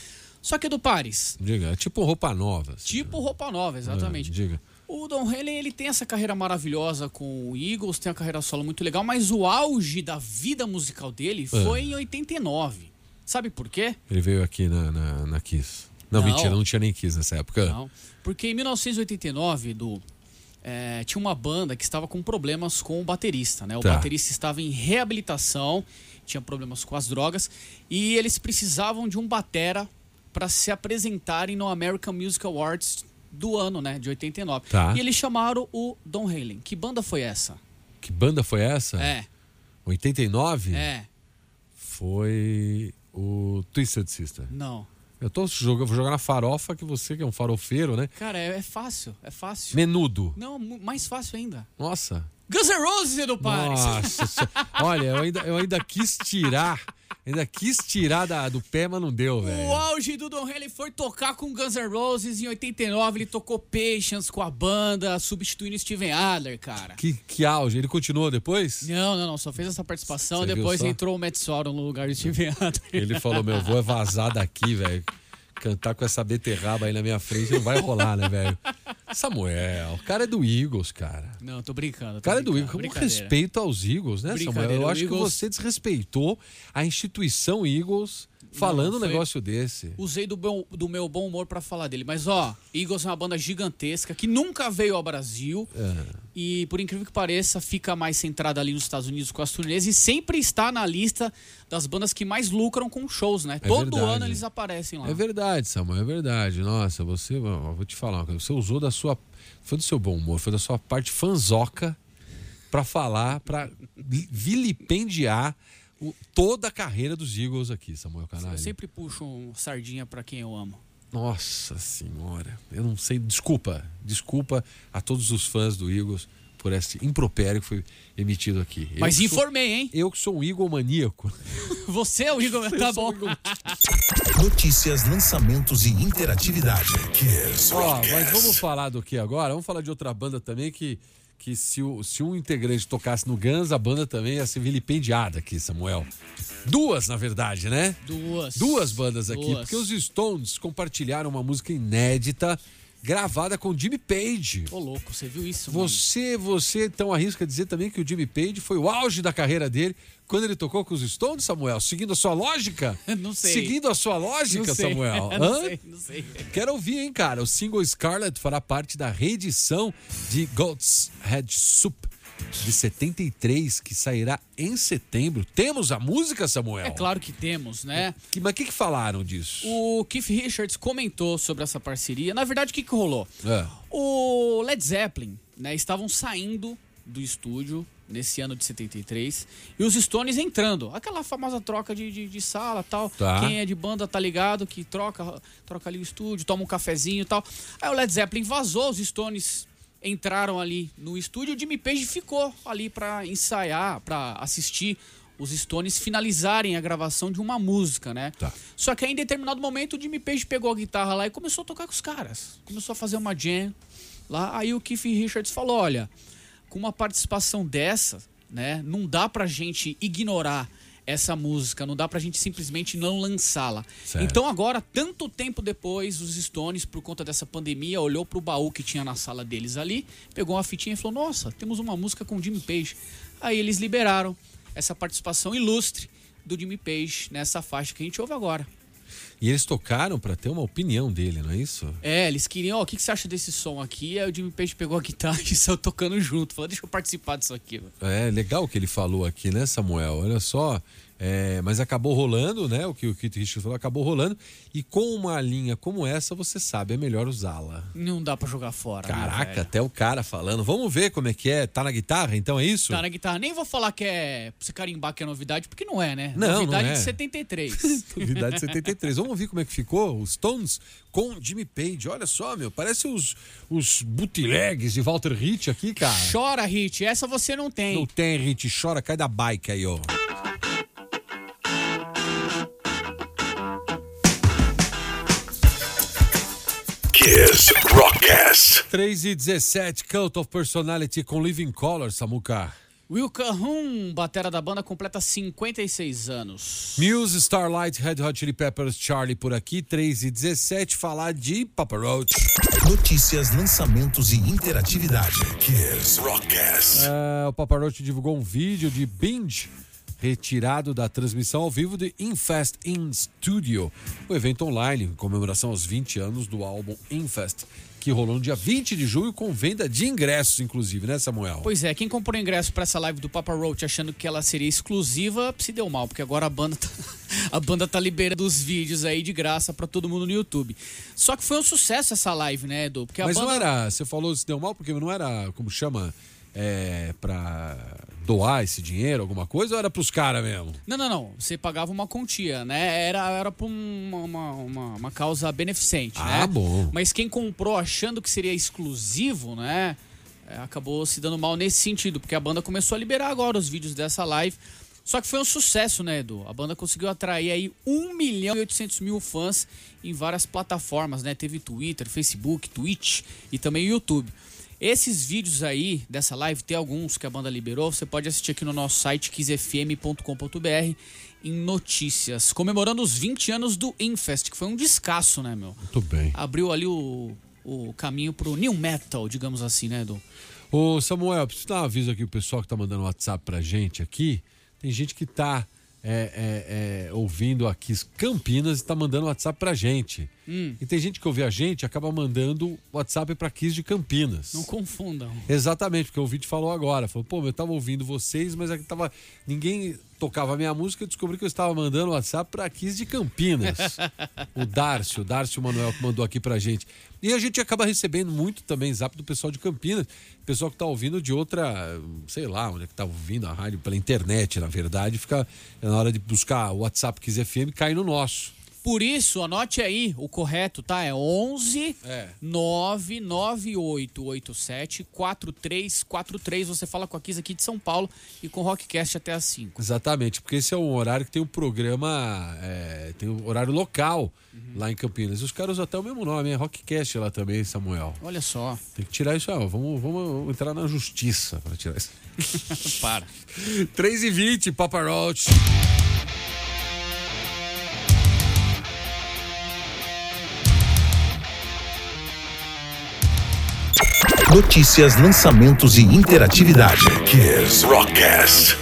Speaker 5: Só que é do Paris.
Speaker 4: Diga, é tipo roupa nova. assim.
Speaker 5: Tipo roupa nova, exatamente.
Speaker 4: Ah, diga.
Speaker 5: O Don Haley, ele tem essa carreira maravilhosa com o Eagles, tem uma carreira solo muito legal, mas o auge da vida musical
Speaker 4: É.
Speaker 5: dele foi em 89. Sabe por quê?
Speaker 4: Ele veio aqui na, na, na Kiss. Não,
Speaker 5: Não.
Speaker 4: mentira, não tinha nem Kiss nessa época.
Speaker 5: Não. Porque em 1989, do é, tinha uma banda que estava com problemas com o baterista, né? O
Speaker 4: Tá.
Speaker 5: baterista estava em reabilitação, tinha problemas com as drogas e eles precisavam de um batera para se apresentarem no American Music Awards do ano, né, de 89.
Speaker 4: Tá.
Speaker 5: E eles chamaram o Don Halen. Que banda foi essa?
Speaker 4: Que banda foi essa?
Speaker 5: É,
Speaker 4: 89?
Speaker 5: é,
Speaker 4: Foi o Twisted Sister.
Speaker 5: não.
Speaker 4: Eu tô jogando, vou jogar na farofa que você, que é um farofeiro, né?
Speaker 5: Cara, é, é fácil, é fácil.
Speaker 4: Menudo.
Speaker 5: Não, mu- mais fácil ainda.
Speaker 4: Nossa.
Speaker 5: Guns N' Roses é do Paris.
Speaker 4: Nossa, senhora. olha, eu ainda, eu ainda quis tirar. Ainda quis tirar da- do pé, mas não deu, velho.
Speaker 5: O auge do Don Haley foi tocar com Guns N' Roses em 89. Ele tocou Patience com a banda, substituindo Steven Adler, cara.
Speaker 4: Que, que auge. Ele continuou depois?
Speaker 5: Não, não, não. Só fez essa participação.
Speaker 4: Você viu
Speaker 5: depois
Speaker 4: só?
Speaker 5: entrou o Matt Sorum no lugar do Steven Adler.
Speaker 4: Ele falou: Meu, vou é vazar daqui, velho. Cantar com essa beterraba aí na minha frente não vai rolar, né, velho? Samuel, o cara é do Eagles, cara.
Speaker 5: Não, tô brincando.
Speaker 4: O cara é do Eagles.
Speaker 5: Igor,
Speaker 4: Com respeito aos Eagles, né, Samuel?
Speaker 5: Brincadeira,
Speaker 4: Eu
Speaker 5: o
Speaker 4: acho que
Speaker 5: Eagles-
Speaker 4: você desrespeitou a instituição Eagles falando
Speaker 5: Não,
Speaker 4: um
Speaker 5: foi-
Speaker 4: negócio desse.
Speaker 5: Usei do, bom- do meu bom humor pra falar dele. Mas, ó, Eagles é uma banda gigantesca que nunca veio ao Brasil.
Speaker 4: É.
Speaker 5: E, por incrível que pareça, fica mais centrada ali nos Estados Unidos com as turnês. E sempre está na lista das bandas que mais lucram com shows, né?
Speaker 4: É
Speaker 5: Todo
Speaker 4: verdade.
Speaker 5: ano eles aparecem lá.
Speaker 4: É verdade, Samuel, é verdade. Nossa, você, ó, vou te falar, uma coisa. você usou da sua, foi do seu bom humor, foi da sua parte fanzoca pra falar, pra vi- vilipendiar o- toda a carreira dos Eagles aqui, Samuel Canal.
Speaker 5: Eu sempre puxo um sardinha pra quem eu amo.
Speaker 4: Nossa senhora, eu não sei, desculpa, desculpa a todos os fãs do Eagles por esse impropério que foi emitido aqui. Eu
Speaker 5: Mas
Speaker 4: que sou-
Speaker 5: informei, hein?
Speaker 4: Eu que sou um Eagle maníaco.
Speaker 5: Você é o Igor, tá bom.
Speaker 1: Notícias, lançamentos e interatividade. Kiss
Speaker 4: Ó,
Speaker 1: Rockcast.
Speaker 4: mas vamos falar do que agora? Vamos falar de outra banda também que, que se, o- se um integrante tocasse no Guns, a banda também ia ser vilipendiada aqui, Samuel. Duas, na verdade, né?
Speaker 5: Duas.
Speaker 4: Duas bandas aqui,
Speaker 5: Duas.
Speaker 4: porque os Stones compartilharam uma música inédita gravada com Jimmy Page.
Speaker 5: Ô, louco, você viu isso? mano?
Speaker 4: Você, você então arrisca dizer também que o Jimmy Page foi o auge da carreira dele quando ele tocou com os Stones, Samuel? Seguindo a sua lógica?
Speaker 5: Não sei.
Speaker 4: Seguindo a sua lógica,
Speaker 5: Não sei.
Speaker 4: Samuel?
Speaker 5: não
Speaker 4: Hã?
Speaker 5: sei, não sei.
Speaker 4: Quero ouvir, hein, cara? O single Scarlet fará parte da reedição de Goat's Head Soup de 73, que sairá em setembro. Temos a música, Samuel?
Speaker 5: É claro que temos, né?
Speaker 4: Que- mas o que, que falaram disso?
Speaker 5: O Keith Richards comentou sobre essa parceria. Na verdade, o que, que rolou?
Speaker 4: É.
Speaker 5: O Led Zeppelin, né, estavam saindo do estúdio nesse ano de 73 e os Stones entrando. Aquela famosa troca de, de, de sala tal.
Speaker 4: Tá.
Speaker 5: Quem é de banda tá ligado que troca, troca ali o estúdio, toma um cafezinho e tal. Aí o Led Zeppelin vazou, os Stones entraram ali no estúdio, o Jimmy Page ficou ali pra ensaiar, pra assistir os Stones finalizarem a gravação de uma música, né?
Speaker 4: Tá.
Speaker 5: Só que aí em determinado momento o Jimmy Page pegou a guitarra lá e começou a tocar com os caras. Começou a fazer uma jam lá. Aí o Keith Richards falou: olha, com uma participação dessa, né, não dá pra gente ignorar essa música, não dá pra gente simplesmente não lançá-la.
Speaker 4: Certo.
Speaker 5: Então agora, tanto tempo depois, os Stones, por conta dessa pandemia, olhou pro baú que tinha na sala deles ali, pegou uma fitinha e falou: nossa, temos uma música com o Jimmy Page. Aí eles liberaram essa participação ilustre do Jimmy Page nessa faixa que a gente ouve agora.
Speaker 4: E eles tocaram pra ter uma opinião dele, não é isso?
Speaker 5: É, eles queriam, ó, o que, que você acha desse som aqui? Aí o Jimmy Page pegou a guitarra e saiu tocando junto. Falou, deixa eu participar disso aqui. mano."
Speaker 4: É legal o que ele falou aqui, né, Samuel? Olha só. é, mas acabou rolando, né? O que o Keith Richards falou acabou rolando. E com uma linha como essa, você sabe, é melhor usá-la.
Speaker 5: Não dá pra jogar fora. né,
Speaker 4: Caraca,
Speaker 5: velho?
Speaker 4: até o cara falando. Vamos ver como é que é. Tá na guitarra, então é isso?
Speaker 5: Tá na guitarra. Nem vou falar que é. Pra você carimbar que é novidade, porque não é, né?
Speaker 4: Não, não
Speaker 5: novidade
Speaker 4: é.
Speaker 5: de 73.
Speaker 4: Novidade 73. Vamos ouvir como é que ficou os Stones com Jimmy Page. Olha só, meu, parece os, os bootlegs de Walter Hit aqui, cara.
Speaker 5: Chora, Hit. Essa você não tem.
Speaker 4: Ah. Não tem Hit, chora, cai da bike aí, ó.
Speaker 1: Kiss Rockcast.
Speaker 4: 3 e 17, Cult of Personality com Living Color, Samuca.
Speaker 5: Will Calhoun, batera da banda, completa 56 anos.
Speaker 4: Muse, Starlight, Red Hot Chili Peppers, Charlie por aqui, 3 e 17, falar de Papa Roach.
Speaker 1: Notícias, lançamentos e interatividade. Kiss Rockcast.
Speaker 4: É, o Paparotti divulgou um vídeo de Binge retirado da transmissão ao vivo de Infest in Studio, o evento online em comemoração aos 20 anos do álbum Infest, que rolou no dia 20 de junho com venda de ingressos, inclusive, né, Samuel?
Speaker 5: Pois é, quem comprou ingresso pra essa live do Papa Roach achando que ela seria exclusiva, se deu mal, porque agora a banda tá, a banda tá liberando os vídeos aí de graça pra todo mundo no YouTube. Só que foi um sucesso essa live, né, Edu? Porque a
Speaker 4: Mas
Speaker 5: banda
Speaker 4: não é era, você falou se deu mal porque não era, como chama, é, pra doar esse dinheiro, alguma coisa, ou era pros caras mesmo?
Speaker 5: Não, não, não. Você pagava uma quantia, né? Era, era pra uma, uma, uma- uma causa beneficente, né?
Speaker 4: Ah, bom.
Speaker 5: Mas quem comprou achando que seria exclusivo, né? é, Acabou se dando mal nesse sentido, porque a banda começou a liberar agora os vídeos dessa live. Só que foi um sucesso, né, Edu? A banda conseguiu atrair aí 1 milhão e 800 mil fãs em várias plataformas, né? Teve Twitter, Facebook, Twitch e também YouTube. Esses vídeos aí dessa live, tem alguns que a banda liberou, você pode assistir aqui no nosso site quizfm.com.br em notícias, comemorando os 20 anos do Infest, que foi um descasso, né, meu?
Speaker 4: Muito bem.
Speaker 5: Abriu ali o o caminho pro new metal, digamos assim, né, Edu?
Speaker 4: Ô, Samuel, preciso dar um aviso aqui o pessoal que tá mandando WhatsApp pra gente aqui. Tem gente que tá é, é, é, ouvindo aqui Campinas e tá mandando WhatsApp pra gente. E tem gente que ouve a gente e acaba mandando WhatsApp pra Kiss de Campinas.
Speaker 5: Não confundam.
Speaker 4: Exatamente, porque o ouvinte falou agora. Falou, pô, eu tava ouvindo vocês, mas aqui tava. Ninguém tocava a minha música, eu descobri que eu estava mandando WhatsApp pra Kiss de Campinas. o Dárcio, o Dárcio Manuel que mandou aqui pra gente. E a gente acaba recebendo muito também zap do pessoal de Campinas, pessoal que tá ouvindo de outra, sei lá, onde é que tá ouvindo a rádio, pela internet, na verdade, fica na hora de buscar o WhatsApp Kiss FM, cai no nosso.
Speaker 5: Por isso, anote aí o correto, tá? É 11
Speaker 4: É.
Speaker 5: 99887 4343. Você fala com a Kiss aqui de São Paulo e com o Rockcast até às 5.
Speaker 4: Exatamente, porque esse é um horário que tem um programa, é, tem um horário local lá em Campinas. Os caras usam até o mesmo nome, é Rockcast lá também, Samuel.
Speaker 5: Olha só.
Speaker 4: Tem que tirar isso aí, ó. Vamos, vamos entrar na justiça para tirar isso.
Speaker 5: Para.
Speaker 4: 3 e 20 Papa Roach.
Speaker 1: Notícias, lançamentos e interatividade. Kiss Rockcast.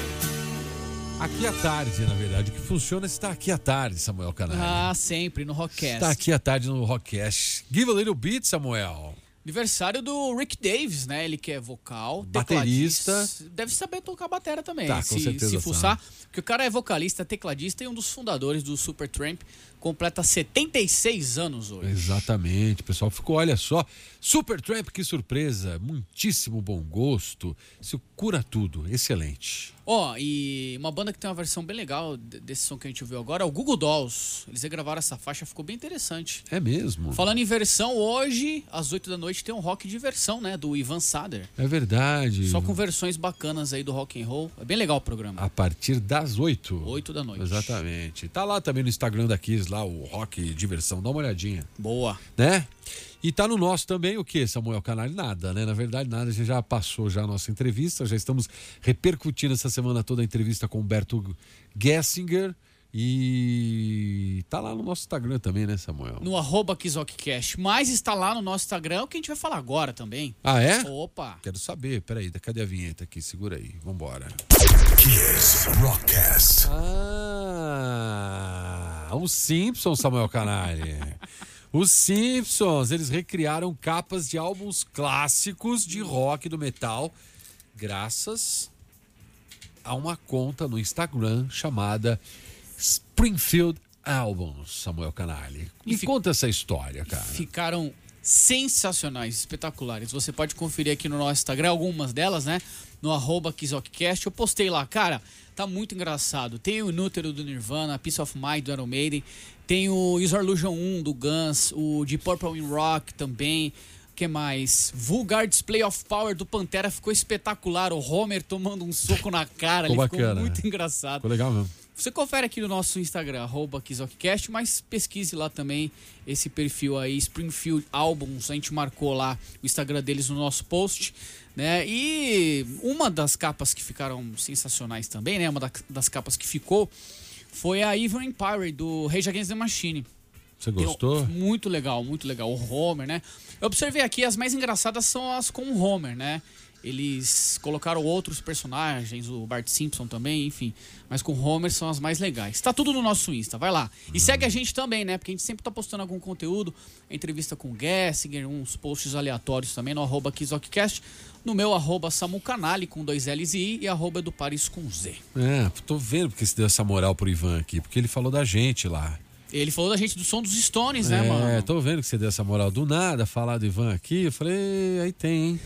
Speaker 4: Aqui à tarde, na verdade. O que funciona é estar aqui à tarde, Samuel Canal.
Speaker 5: Ah, sempre no Rockcast.
Speaker 4: Está aqui à tarde no Rockcast. Give a little beat, Samuel.
Speaker 5: Aniversário do Rick Davis, né? Ele que é vocal,
Speaker 4: Baterista.
Speaker 5: tecladista. Deve saber tocar batera também.
Speaker 4: Tá, com
Speaker 5: se,
Speaker 4: certeza
Speaker 5: se
Speaker 4: sabe.
Speaker 5: fuçar. Porque o cara é vocalista, tecladista e um dos fundadores do Supertramp. Completa 76 anos hoje.
Speaker 4: Exatamente, pessoal. Ficou, olha só. Supertramp, que surpresa. Muitíssimo bom gosto. Isso cura tudo. Excelente.
Speaker 5: Ó, e uma banda que tem uma versão bem legal de- desse som que a gente ouviu agora é o Google Dolls. Eles gravaram essa faixa, ficou bem interessante.
Speaker 4: É mesmo.
Speaker 5: Falando em versão, hoje, às 8 da noite, tem um rock de versão, né? Do Ivan Sader.
Speaker 4: É verdade.
Speaker 5: Só com versões bacanas aí do rock and roll. É bem legal o programa.
Speaker 4: A partir das oito.
Speaker 5: 8 da noite.
Speaker 4: Exatamente. Tá lá também no Instagram da Kiss, lá o Rock Diversão. Dá uma olhadinha,
Speaker 5: Boa.
Speaker 4: né? E tá no nosso também o que, Samuel Canali? Nada, né? Na verdade, nada. A gente já passou já a nossa entrevista. Já estamos repercutindo essa semana toda a entrevista com o Humberto Gessinger. E tá lá no nosso Instagram também, né, Samuel?
Speaker 5: no arroba Kizokcast, mas está lá no nosso Instagram, o que a gente vai falar agora também.
Speaker 4: Ah, é?
Speaker 5: Opa!
Speaker 4: Quero saber. Peraí, cadê a vinheta aqui? Segura aí. Vambora.
Speaker 1: Kiss Rockcast.
Speaker 4: Ah, os Simpsons, Samuel Canari. Os Simpsons, eles recriaram capas de álbuns clássicos de rock e do metal, graças a uma conta no Instagram chamada Springfield Albums, Samuel Canali. Me
Speaker 5: E fi-
Speaker 4: conta essa história, cara.
Speaker 5: Ficaram sensacionais, espetaculares. Você pode conferir aqui no nosso Instagram algumas delas, né? No arroba Kizokcast. Eu postei lá, cara, tá muito engraçado. Tem o Inútero do Nirvana, Peace of Mind do Iron Maiden, tem o User Illusion 1 do Guns, o de Purple in Rock também. O que mais? Vulgar Display of Power do Pantera ficou espetacular. O Homer tomando um soco na cara.
Speaker 4: Ficou
Speaker 5: ali, ficou
Speaker 4: bacana. né?
Speaker 5: muito engraçado.
Speaker 4: Ficou legal mesmo.
Speaker 5: Você confere aqui no nosso Instagram, arroba KizokCast, mas pesquise lá também esse perfil aí, Springfield Albums. A gente marcou lá o Instagram deles no nosso post, né? E uma das capas que ficaram sensacionais também, né? Uma da- das capas que ficou foi a Evil Empire, do Rage Against the Machine.
Speaker 4: Você
Speaker 5: Tem um-
Speaker 4: gostou?
Speaker 5: muito legal, muito legal. O Homer, né? Eu observei aqui, as mais engraçadas são as com o Homer, né? Eles colocaram outros personagens, o Bart Simpson também, enfim. Mas com o Homer são as mais legais. Tá tudo no nosso Insta, vai lá.
Speaker 4: Uhum.
Speaker 5: E segue a gente também, né? Porque a gente sempre tá postando algum conteúdo, entrevista com o Gessinger, uns posts aleatórios também no arroba Kizokcast, no meu arroba Samucanali com dois L's e I e arroba Eduparis com Z.
Speaker 4: É, tô vendo porque se deu essa moral pro Ivan aqui, porque ele falou da gente lá.
Speaker 5: Ele falou da gente do som dos Stones, né,
Speaker 4: É,
Speaker 5: mano?
Speaker 4: tô vendo que você deu essa moral do nada, falar do Ivan aqui. Eu falei, "Ei, aí tem, hein?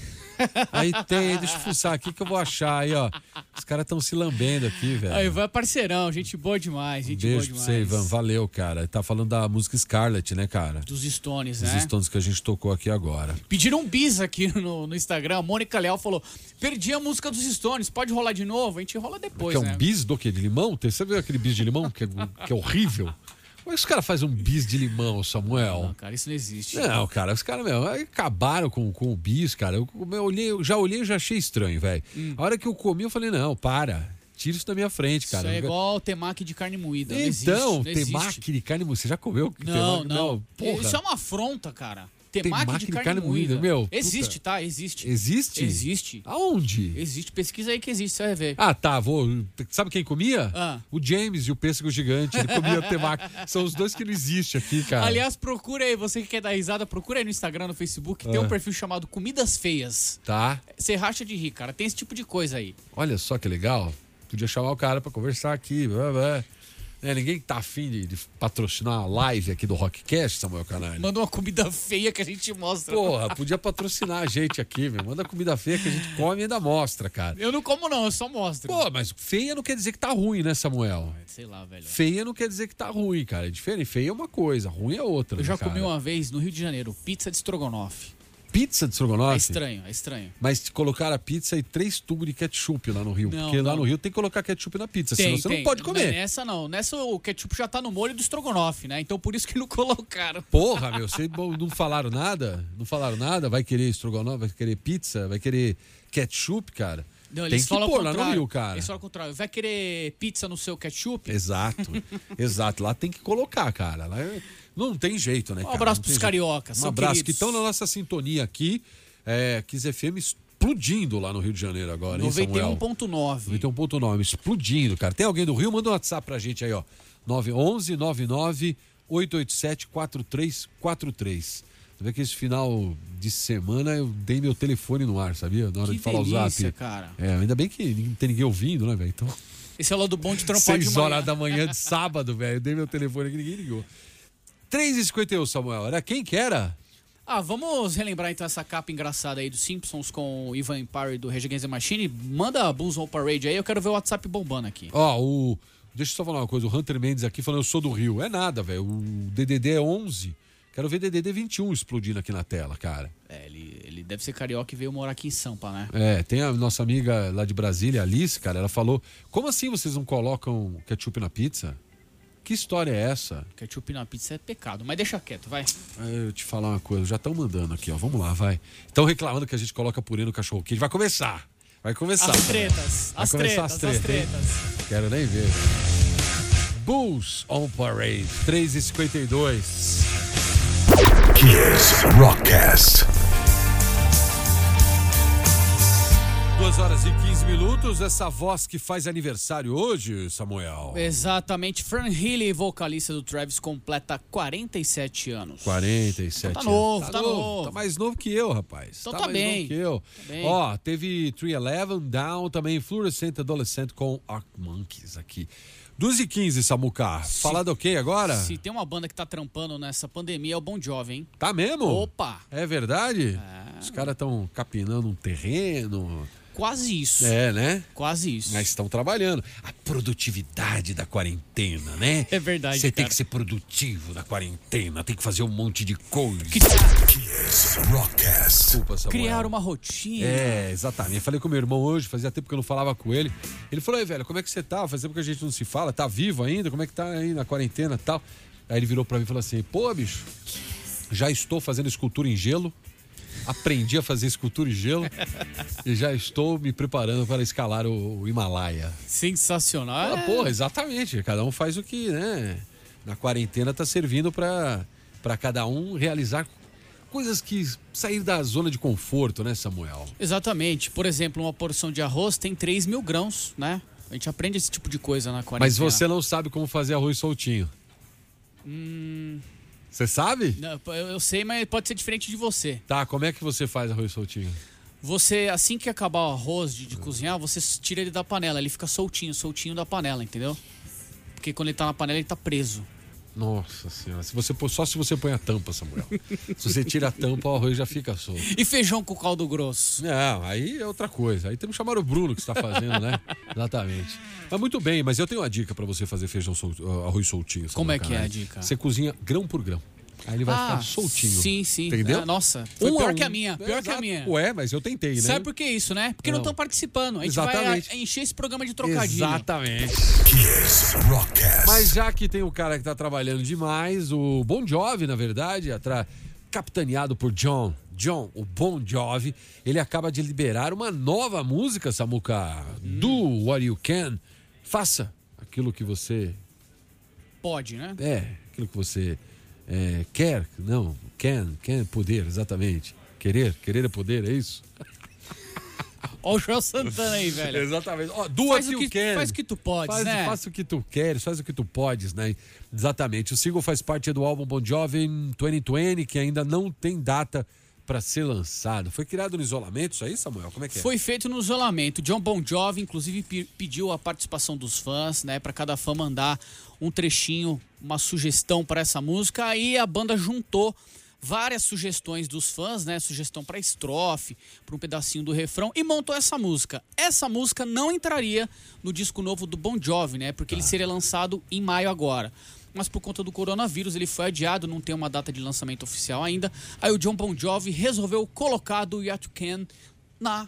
Speaker 4: Aí tem, deixa eu fuçar aqui que eu vou achar aí, ó. Os caras estão se lambendo aqui, velho.
Speaker 5: Ah, Ivan é parceirão, gente boa demais, gente
Speaker 4: Beijo pra
Speaker 5: boa
Speaker 4: você,
Speaker 5: demais.
Speaker 4: Ivan. Valeu, cara. Tá falando da música Scarlet, né, cara?
Speaker 5: Dos
Speaker 4: Os
Speaker 5: Stones, né?
Speaker 4: Stones que a gente tocou aqui agora.
Speaker 5: Pediram um bis aqui no, no Instagram. A Mônica Leal falou: Perdi a música dos Stones, pode rolar de novo? A gente rola depois,
Speaker 4: que é um
Speaker 5: né?
Speaker 4: bis do quê? De limão? Você viu aquele bis de limão que é, que é horrível? Como é que os caras fazem um bis de limão, Samuel?
Speaker 5: Não, cara, isso não existe.
Speaker 4: Não, cara, os caras, meu, aí acabaram com, com o bis, cara. Eu, eu olhei, eu já olhei e já achei estranho, velho. A hora que eu comi, eu falei, não, para. Tira isso da minha frente, cara.
Speaker 5: Hum. isso é
Speaker 4: Nunca-
Speaker 5: igual temaki de carne moída. não existe,
Speaker 4: Então,
Speaker 5: não existe.
Speaker 4: temaki de carne moída. Você já comeu
Speaker 5: Não, é um não.
Speaker 4: Porra.
Speaker 5: Isso é uma afronta, cara. Temaki, de carne, moída.
Speaker 4: meu,
Speaker 5: existe,
Speaker 4: puta.
Speaker 5: tá? Existe.
Speaker 4: Existe?
Speaker 5: Existe.
Speaker 4: Aonde?
Speaker 5: Existe. Pesquisa aí que existe, você vai ver.
Speaker 4: Ah, tá, vou. Sabe quem comia?
Speaker 5: Ah.
Speaker 4: O James e o pêssego gigante. Ele comia temaki. São os dois que não existem aqui, cara.
Speaker 5: Aliás, procura aí, você que quer dar risada, procura aí no Instagram, no Facebook,
Speaker 4: É.
Speaker 5: tem um perfil chamado Comidas Feias.
Speaker 4: Tá.
Speaker 5: Você racha de rir, cara. Tem esse tipo de coisa aí.
Speaker 4: Olha só que legal. Podia chamar o cara pra conversar aqui. blá, blá. Né, ninguém tá afim de, de patrocinar a live aqui do Rockcast, Samuel Canalha.
Speaker 5: Manda uma comida feia que a gente mostra.
Speaker 4: Porra, podia patrocinar a gente aqui, meu. Manda comida feia que a gente come e ainda mostra, cara.
Speaker 5: Eu não como, não, eu só mostro.
Speaker 4: Pô, mas feia não quer dizer que tá ruim, né, Samuel?
Speaker 5: Sei lá, velho.
Speaker 4: Feia não quer dizer que tá ruim, cara. É diferente. Feia é uma coisa, ruim é outra.
Speaker 5: Eu
Speaker 4: né,
Speaker 5: já
Speaker 4: cara?
Speaker 5: comi uma vez no Rio de Janeiro, pizza de estrogonofe.
Speaker 4: pizza de
Speaker 5: É
Speaker 4: estrogonofe.
Speaker 5: estranho, é estranho.
Speaker 4: mas colocaram a pizza e três tubos de ketchup lá no Rio.
Speaker 5: Não,
Speaker 4: porque lá
Speaker 5: não.
Speaker 4: no Rio tem que colocar ketchup na pizza,
Speaker 5: Tem,
Speaker 4: senão você
Speaker 5: tem.
Speaker 4: não pode comer.
Speaker 5: Nessa não. Nessa o ketchup já tá no molho do estrogonofe, né? Então por isso que não colocaram.
Speaker 4: Porra, meu, vocês bom, não falaram nada? Não falaram nada? Vai querer estrogonofe, vai querer pizza, vai querer ketchup, cara?
Speaker 5: Não,
Speaker 4: Tem que
Speaker 5: ao
Speaker 4: pôr lá no
Speaker 5: contrário.
Speaker 4: Rio, cara.
Speaker 5: Eles falam ao contrário. Vai querer pizza no seu ketchup?
Speaker 4: Exato, exato. Lá tem que colocar, cara. Lá é- não tem jeito, né,
Speaker 5: Um
Speaker 4: cara?
Speaker 5: abraço
Speaker 4: Não
Speaker 5: pros
Speaker 4: tem jeito.
Speaker 5: cariocas,
Speaker 4: Um
Speaker 5: são
Speaker 4: abraço que
Speaker 5: queridos.
Speaker 4: estão na nossa sintonia aqui. É, Kiss FM explodindo lá no Rio de Janeiro agora, hein, Samuel?
Speaker 5: 91.9.
Speaker 4: 91.9, explodindo, cara. Tem alguém do Rio? Manda um WhatsApp pra gente aí, ó. 911 99 887 4343. Você vê que esse final de semana eu dei meu telefone no ar, sabia? Na hora
Speaker 5: Que
Speaker 4: de falar o
Speaker 5: delícia,
Speaker 4: zap.
Speaker 5: cara.
Speaker 4: É, ainda bem que não tem ninguém ouvindo, né, velho? Então,
Speaker 5: Esse é o lado bom de trampar de
Speaker 4: 6
Speaker 5: manhã.
Speaker 4: horas da manhã de sábado, velho. Eu dei meu telefone aqui, ninguém ligou. 3h51, Samuel. Era quem que era?
Speaker 5: Ah, vamos relembrar então essa capa engraçada aí dos Simpsons com o Ivan Parry do Rage Against the Machine. Manda a Bulls on Parade aí, eu quero ver o WhatsApp bombando aqui.
Speaker 4: Ó, o. Deixa eu só falar uma coisa. O Hunter Mendes aqui falando, eu sou do Rio. É nada, velho. O DDD é 11. Quero ver DDD 21 explodindo aqui na tela, cara.
Speaker 5: É, ele, ele deve ser carioca e veio morar aqui em Sampa, né?
Speaker 4: É, tem a nossa amiga lá de Brasília, Alice, cara. Ela falou: Como assim vocês não colocam ketchup na pizza? Que história é essa?
Speaker 5: Ketchup na pizza é pecado, mas deixa quieto, vai.
Speaker 4: Ah, Eu te falar uma coisa, já estão mandando aqui, ó. Vamos lá, vai. Estão reclamando que a gente coloca purê no cachorro quente. Vai começar! Vai começar!
Speaker 5: As tretas,
Speaker 4: né? Vai
Speaker 5: as
Speaker 4: começar
Speaker 5: tretas,
Speaker 4: as
Speaker 5: as
Speaker 4: tretas,
Speaker 5: tretas.
Speaker 4: hein? Quero nem ver. Bulls on Parade, 3h52.
Speaker 1: Kiss Rockcast.
Speaker 4: Duas horas e 15 minutos, essa voz que faz aniversário hoje, Samuel.
Speaker 5: É. Exatamente, Fran Healy, vocalista do Travis, completa 47 anos.
Speaker 4: 47
Speaker 5: Então tá novo, tá novo.
Speaker 4: Tá mais novo que eu, rapaz.
Speaker 5: Então tá
Speaker 4: mais
Speaker 5: bem. Tá
Speaker 4: novo que eu.
Speaker 5: bem.
Speaker 4: Ó, teve 311, Down, também Fluorescent Adolescent com Arc Monkeys aqui. 2 e 15, Samuca. Falar do quê agora?
Speaker 5: Se tem uma banda que tá trampando nessa pandemia é o Bon Jovi, hein?
Speaker 4: Tá mesmo?
Speaker 5: Opa! É.
Speaker 4: É verdade? Os caras estão capinando um terreno.
Speaker 5: Quase isso.
Speaker 4: É, né?
Speaker 5: Quase isso.
Speaker 4: Mas estão trabalhando. A produtividade da quarentena, né?
Speaker 5: É verdade,
Speaker 4: Você tem
Speaker 5: cara.
Speaker 4: que ser produtivo na quarentena, tem que fazer um monte de coisa.
Speaker 5: Que-
Speaker 1: Kiss Rockcast.
Speaker 4: Desculpa, Samuel.
Speaker 5: Criar uma rotina.
Speaker 4: É, exatamente. Eu falei com meu irmão hoje, fazia tempo que eu não falava com ele. Ele falou, "Ei, velho, como é que você tá? Faz tempo que a gente não se fala, tá vivo ainda? Como é que tá aí na quarentena e tal? Aí ele virou pra mim e falou assim, pô, bicho, já estou fazendo escultura em gelo. Aprendi a fazer escultura em gelo e já estou me preparando para escalar o- o Himalaia.
Speaker 5: Sensacional.
Speaker 4: Ah, porra, exatamente. Cada um faz o que, né? Na quarentena tá servindo pra pra cada um realizar coisas que sair da zona de conforto, né, Samuel?
Speaker 5: Exatamente. Por exemplo, uma porção de arroz tem 3 mil grãos, né? A gente aprende esse tipo de coisa na quarentena.
Speaker 4: Mas você não sabe como fazer arroz soltinho. Você sabe?
Speaker 5: Não, eu eu sei, mas pode ser diferente de você.
Speaker 4: Tá, como é que você faz arroz soltinho?
Speaker 5: Você, assim que acabar o arroz de, de cozinhar, você s- tira ele da panela. Ele fica soltinho, soltinho da panela, entendeu? Porque quando ele tá na panela, ele tá preso.
Speaker 4: Nossa senhora, se você, pô- só se você põe a tampa, Samuel. se você tira a tampa, o arroz já fica solto.
Speaker 5: E feijão com caldo grosso.
Speaker 4: Não, aí é outra coisa. Aí temos que chamar o Bruno que está fazendo, né? Exatamente. Mas muito bem, mas eu tenho uma dica para você fazer feijão sol- ah, arroz soltinho.
Speaker 5: Como é
Speaker 4: Samuel
Speaker 5: que é a
Speaker 4: Canale.
Speaker 5: dica? Ah,
Speaker 4: Você cozinha grão por grão. Aí ele vai ficar soltinho.
Speaker 5: Sim, sim.
Speaker 4: Entendeu?
Speaker 5: É, nossa, foi
Speaker 4: Um
Speaker 5: pior
Speaker 4: um.
Speaker 5: que a minha.
Speaker 4: É,
Speaker 5: Pior que a
Speaker 4: exato.
Speaker 5: minha.
Speaker 4: Ué, mas eu tentei, né?
Speaker 5: Sabe por que isso, né? Porque não
Speaker 4: Não.
Speaker 5: estão participando. A gente
Speaker 4: Exatamente.
Speaker 5: vai a- encher esse programa de trocadilho.
Speaker 4: Exatamente.
Speaker 1: Kiss Rockcast.
Speaker 4: Mas já que tem o cara que tá trabalhando demais, o Bon Jovi, na verdade, é atra- capitaneado por John, John, o Bon Jovi, ele acaba de liberar uma nova música, Samuca, do What You Can. Faça aquilo que você
Speaker 5: Pode, né?
Speaker 4: é, aquilo que você é, quer, não, can, can, poder, exatamente. Querer, querer é poder, é isso?
Speaker 5: Olha o Joel Santana aí, velho.
Speaker 4: Exatamente. Ó, do
Speaker 5: Faz
Speaker 4: what
Speaker 5: o
Speaker 4: you
Speaker 5: que,
Speaker 4: can.
Speaker 5: faz o que tu podes,
Speaker 4: Faz,
Speaker 5: né?
Speaker 4: Faça o que tu queres, faz o que tu podes, né? Exatamente. O single faz parte do álbum Bon Jovi 2020, que ainda não tem data para ser lançado. Foi criado no isolamento isso aí, Samuel? Como é que é?
Speaker 5: Foi feito no isolamento. John Bon Jovi, inclusive, pe- pediu a participação dos fãs, né? Para cada fã mandar um trechinho, uma sugestão para essa música. Aí a banda juntou várias sugestões dos fãs, né? Sugestão para estrofe, para um pedacinho do refrão e montou essa música. Essa música não entraria no disco novo do Bon Jovi, né? Porque ele seria lançado em maio agora. Mas por conta do coronavírus, ele foi adiado, não tem uma data de lançamento oficial ainda. Aí o John Bon Jovi resolveu colocar do Yatu Can na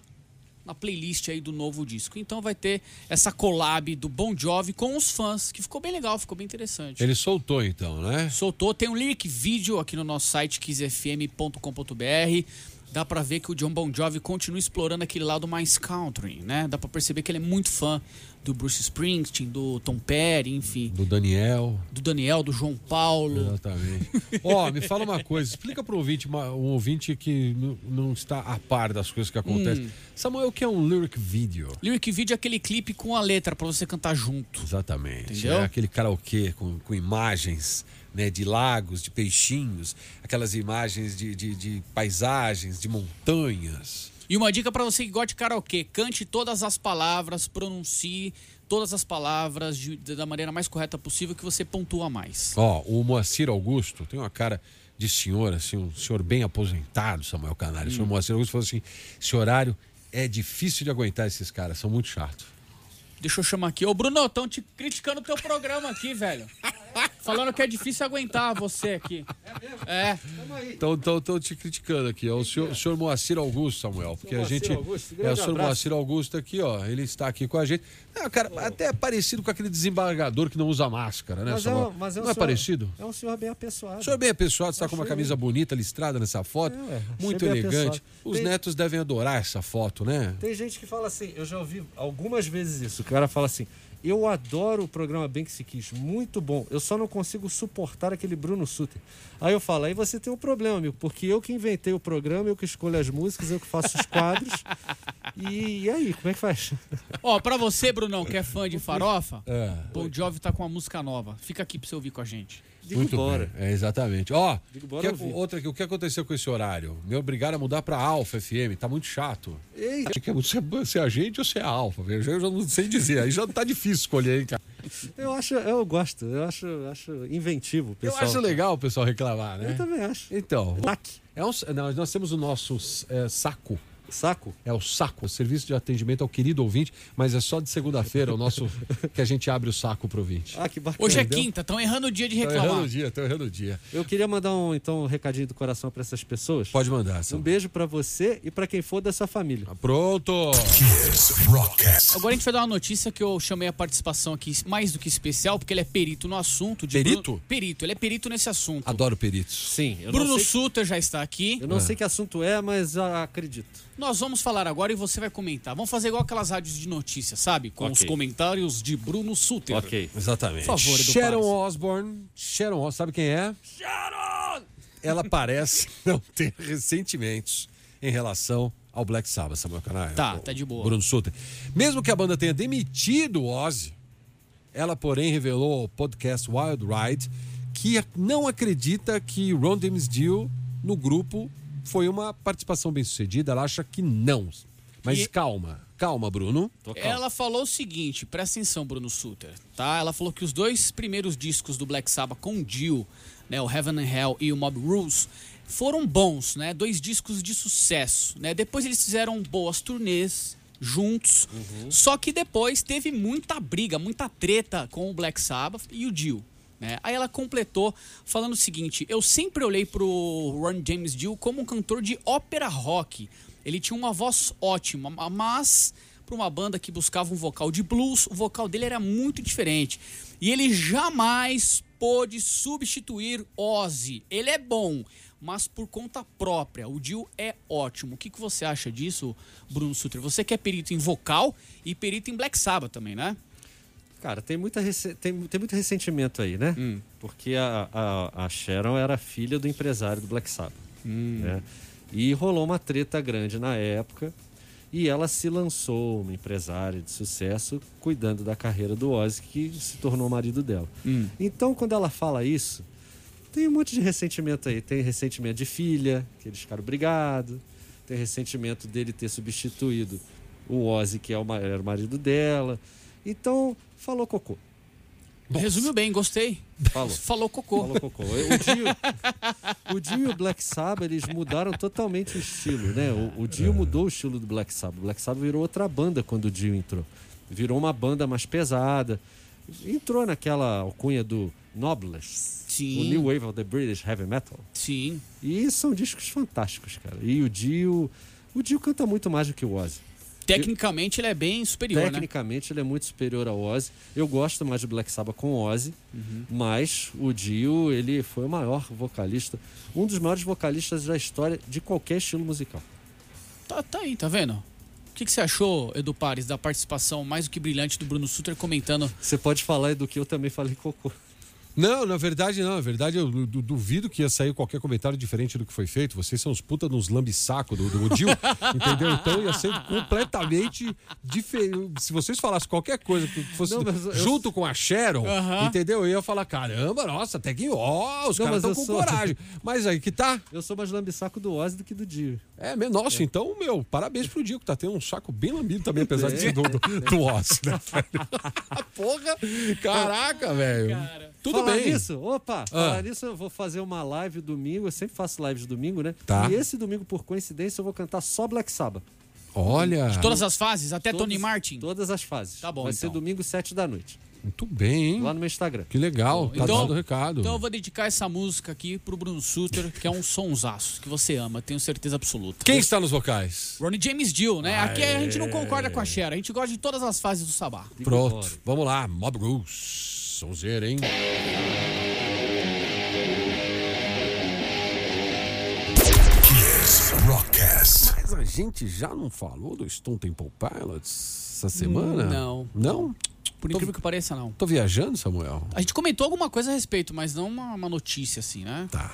Speaker 5: na playlist aí do novo disco. Então vai ter essa collab do Bon Jovi com os fãs, que ficou bem legal, ficou bem interessante.
Speaker 4: Ele soltou então, né?
Speaker 5: Soltou, tem um lyric vídeo aqui no nosso site kizfm.com.br. Dá pra ver que o John Bon Jovi continua explorando aquele lado mais country, né? Dá pra perceber que ele é muito fã do Bruce Springsteen, do Tom Perry, enfim,
Speaker 4: Do Daniel.
Speaker 5: do Daniel, do João
Speaker 4: É.
Speaker 5: Paulo.
Speaker 4: Exatamente. Ó, me fala uma coisa, explica para ouvinte, uma- um ouvinte que n- não está a par das coisas que acontecem.
Speaker 5: Hum.
Speaker 4: Samuel, o que é um lyric video?
Speaker 5: Lyric vídeo é aquele clipe com a letra pra você cantar junto.
Speaker 4: Exatamente.
Speaker 5: Entendeu?
Speaker 4: É aquele karaokê com, com imagens né, de lagos, de peixinhos, aquelas imagens de, de, de paisagens, de montanhas.
Speaker 5: E uma dica pra você que gosta de karaokê: cante todas as palavras, pronuncie todas as palavras de- da maneira mais correta possível que você pontua mais.
Speaker 4: Ó, o Moacir Augusto tem uma cara de senhor, assim, um senhor bem aposentado, Samuel Canário. O senhor Moacir Augusto falou assim: esse horário é difícil de aguentar esses caras, são muito chatos.
Speaker 5: Deixa eu chamar aqui. Ô, Bruno, estão te criticando o teu programa aqui, velho. Falando que é difícil aguentar você aqui. É.
Speaker 4: Então, então, então te criticando aqui, ó, o senhor, o senhor Moacir Augusto, Samuel, porque a
Speaker 6: Moacir
Speaker 4: gente
Speaker 6: Augusto,
Speaker 4: é o
Speaker 6: grande
Speaker 4: senhor
Speaker 6: abraço.
Speaker 4: Moacir Augusto aqui, ó, ele está aqui com a gente. É, cara, até é parecido com aquele desembargador que não usa máscara, né,
Speaker 6: Mas é,
Speaker 4: Samuel?
Speaker 6: um- mas é um
Speaker 4: não é
Speaker 6: senhor-
Speaker 4: parecido?
Speaker 6: É um senhor bem apessoado.
Speaker 4: O senhor é bem apessoado, está com uma
Speaker 6: Achei-
Speaker 4: camisa bonita listrada nessa foto,
Speaker 6: É, ué,
Speaker 4: muito
Speaker 6: achei bem
Speaker 4: elegante.
Speaker 6: apessoado.
Speaker 4: Os
Speaker 6: Tem-
Speaker 4: netos devem adorar essa foto, né?
Speaker 6: Tem gente que fala assim, eu já ouvi algumas vezes isso. O cara fala assim: eu adoro o programa Bem que se quis, muito bom. Eu só não consigo suportar aquele Bruno Suter. Aí eu falo, aí você tem um problema, amigo, porque eu que inventei o programa, eu que escolho as músicas, eu que faço os quadros. e, e aí, como é que faz?
Speaker 5: Ó, pra você, Brunão, que é fã de farofa,
Speaker 4: É.
Speaker 5: Bon Jovi tá com uma música nova. Fica aqui pra você ouvir com a gente.
Speaker 6: Digo
Speaker 4: Muito
Speaker 6: bora.
Speaker 4: bem. É, exatamente. Ó,
Speaker 6: Digo, bora
Speaker 4: que-
Speaker 6: ouvir.
Speaker 4: outra aqui, o que aconteceu com esse horário? Me obrigaram a mudar para Alfa FM, tá muito chato.
Speaker 6: Eita.
Speaker 4: Acho que é você, você é a gente ou você é a Alfa? Eu já eu já não sei dizer, aí já tá difícil escolher, hein, cara.
Speaker 6: Eu acho, eu gosto, eu acho, acho inventivo,
Speaker 4: Eu
Speaker 6: pessoal.
Speaker 4: acho legal o pessoal reclamar, né?
Speaker 6: Eu também acho.
Speaker 4: Então,
Speaker 6: Tac.
Speaker 4: é um, não, nós temos o nosso é, saco.
Speaker 6: Saco?
Speaker 4: É o saco, o serviço de atendimento ao querido ouvinte, mas é só de segunda-feira o nosso que a gente abre o saco pro ouvinte.
Speaker 6: Ah, que bacana.
Speaker 5: Hoje é quinta, estão errando o dia de
Speaker 4: Tô errando
Speaker 5: reclamar.
Speaker 4: o dia, tô errando o dia.
Speaker 6: Eu queria mandar um, então, um recadinho do coração para essas pessoas.
Speaker 4: Pode mandar,
Speaker 6: Um
Speaker 4: Sam.
Speaker 6: beijo para você e para quem for da sua família.
Speaker 4: Pronto!
Speaker 1: Kiss Rockcast.
Speaker 5: Agora a gente vai dar uma notícia que eu chamei a participação aqui mais do que especial, porque ele é perito no assunto. de
Speaker 4: Perito?
Speaker 5: Bruno- Perito, ele é perito nesse assunto.
Speaker 4: Adoro peritos.
Speaker 6: Sim, Ah, eu
Speaker 5: Bruno
Speaker 6: não sei,
Speaker 5: Suter já está aqui.
Speaker 6: eu não sei que assunto é, mas ah, acredito.
Speaker 5: Nós vamos falar agora e você vai comentar. Vamos fazer igual aquelas rádios de notícia, sabe? Com os
Speaker 6: Ok.
Speaker 5: comentários de Bruno Suter.
Speaker 4: Exatamente.
Speaker 5: Por favor, Edu
Speaker 4: Sharon
Speaker 5: Pares.
Speaker 4: Osborne. Sharon Osborne, sabe quem é? Sharon! Ela parece não ter ressentimentos em relação ao Black Sabbath, Samuel Canal.
Speaker 5: Tá, tá de boa.
Speaker 4: Bruno Sutter. Mesmo que a banda tenha demitido o Ozzy, ela, porém, revelou ao podcast Wild Ride que não acredita que Ron Dimsdale no grupo foi uma participação bem-sucedida. Ela acha que não. Mas
Speaker 5: E-
Speaker 4: calma, calma, Bruno.
Speaker 5: Ela falou o seguinte, presta atenção, Bruno Suter, tá? Ela falou que os dois primeiros discos do Black Sabbath com Dio, né, o Heaven and Hell e o Mob Rules, foram bons, né? Dois discos de sucesso, né? Depois eles fizeram boas turnês juntos, só que depois teve muita briga, muita treta com o Black Sabbath e o Dio. né? Aí ela completou falando o seguinte: eu sempre olhei pro Ron James Dio como um cantor de ópera rock. Ele tinha uma voz ótima, ma- mas para uma banda que buscava um vocal de blues, o vocal dele era muito diferente. E ele jamais pôde substituir Ozzy. Ele é bom, mas por conta própria. O Dio é ótimo. O que, que você acha disso, Bruno Sutter? Você que é perito em vocal e perito em Black Sabbath também, né?
Speaker 6: Cara, tem, muita rece- tem, tem muito ressentimento aí, né? Porque a, a, a Sharon era filha do empresário do Black Sabbath. né? E rolou uma treta grande na época. E ela se lançou, uma empresária de sucesso, cuidando da carreira do Ozzy, que se tornou marido dela. Então, quando ela fala isso, tem um monte de ressentimento aí. Tem ressentimento de filha, que eles ficaram brigados. Tem ressentimento dele ter substituído o Ozzy, que é o ma- era o marido dela. Então, falou cocô.
Speaker 5: Resumiu bem, gostei.
Speaker 6: Falou.
Speaker 5: Falou cocô.
Speaker 6: Falou cocô. O Dio, o Dio e o Black Sabbath, eles mudaram totalmente o estilo, né? O, o Dio mudou o estilo do Black Sabbath. O Black Sabbath virou outra banda quando o Dio entrou. Virou uma banda mais pesada. Entrou naquela alcunha do Noblest.
Speaker 5: Sim.
Speaker 6: O New Wave of the British Heavy Metal.
Speaker 5: Sim.
Speaker 6: E são discos fantásticos, cara. E o Dio... O Dio canta muito mais do que o Ozzy.
Speaker 5: Tecnicamente ele é bem superior, né?
Speaker 6: Tecnicamente, ele é muito superior ao Ozzy. Eu gosto mais do Black Sabbath com Ozzy,
Speaker 4: Uhum.
Speaker 6: mas o Dio, ele foi o maior vocalista, um dos maiores vocalistas da história de qualquer estilo musical.
Speaker 5: Tá, tá aí, tá vendo? O que, que você achou, Edu Pares, da participação mais do que brilhante do Bruno Sutter comentando?
Speaker 6: Você pode falar do que eu também falei cocô.
Speaker 4: Não, na verdade não. Na verdade, eu du- du- duvido que ia sair qualquer comentário diferente do que foi feito. Vocês são os puta nos lambisaco do, do Dil, entendeu? Então ia ser completamente diferente. Se vocês falassem qualquer coisa que fosse
Speaker 6: Não, mas eu-
Speaker 4: junto com a Sharon,
Speaker 5: Aham.
Speaker 4: entendeu? Eu ia falar, caramba, nossa, até que ó, os
Speaker 6: Não,
Speaker 4: caras estão
Speaker 6: mas eu
Speaker 4: com
Speaker 6: sou-
Speaker 4: coragem. Mas aí que tá.
Speaker 6: Eu sou mais lambisaco do Ozzy do que do Dio.
Speaker 4: É, meu, nossa, então, meu, parabéns pro Dico, tá tendo um saco bem lambido também, apesar de ser do, do, do
Speaker 6: É.
Speaker 4: Oz, né, velho? Porra! Caraca, velho! Tudo
Speaker 6: falar
Speaker 4: bem. Ah.
Speaker 6: Nisso, opa, falar nisso, eu vou fazer uma live domingo. Eu sempre faço lives domingo, né?
Speaker 4: Tá.
Speaker 6: E esse domingo, por coincidência, eu vou cantar só Black Sabbath.
Speaker 4: Olha.
Speaker 5: Todas as fases, até
Speaker 6: Todas-
Speaker 5: Tony Martin.
Speaker 6: Todas as fases.
Speaker 5: Tá bom,
Speaker 6: Vai ser
Speaker 5: então.
Speaker 6: domingo, sete da noite.
Speaker 4: Muito bem, hein?
Speaker 6: Lá no meu Instagram.
Speaker 4: Que legal, tá dando recado.
Speaker 5: Então eu vou dedicar essa música aqui pro Bruno Sutter, que é um sonsaço, que você ama, tenho certeza absoluta.
Speaker 4: Quem está nos vocais?
Speaker 5: Ronnie James Dio, né? Aqui a gente não concorda com a Cher, a gente gosta de todas as fases do Sabá.
Speaker 4: Pronto, vamos lá, Mob Rules. Sonzeira, hein?
Speaker 1: Kiss Rockcast.
Speaker 4: Mas a gente já não falou do Stone Temple Pilots essa semana?
Speaker 5: não.
Speaker 4: Não?
Speaker 5: Por incrível que pareça, não.
Speaker 4: Tô viajando, Samuel?
Speaker 5: A gente comentou alguma coisa a respeito, mas não uma, uma notícia assim, né?
Speaker 4: Tá.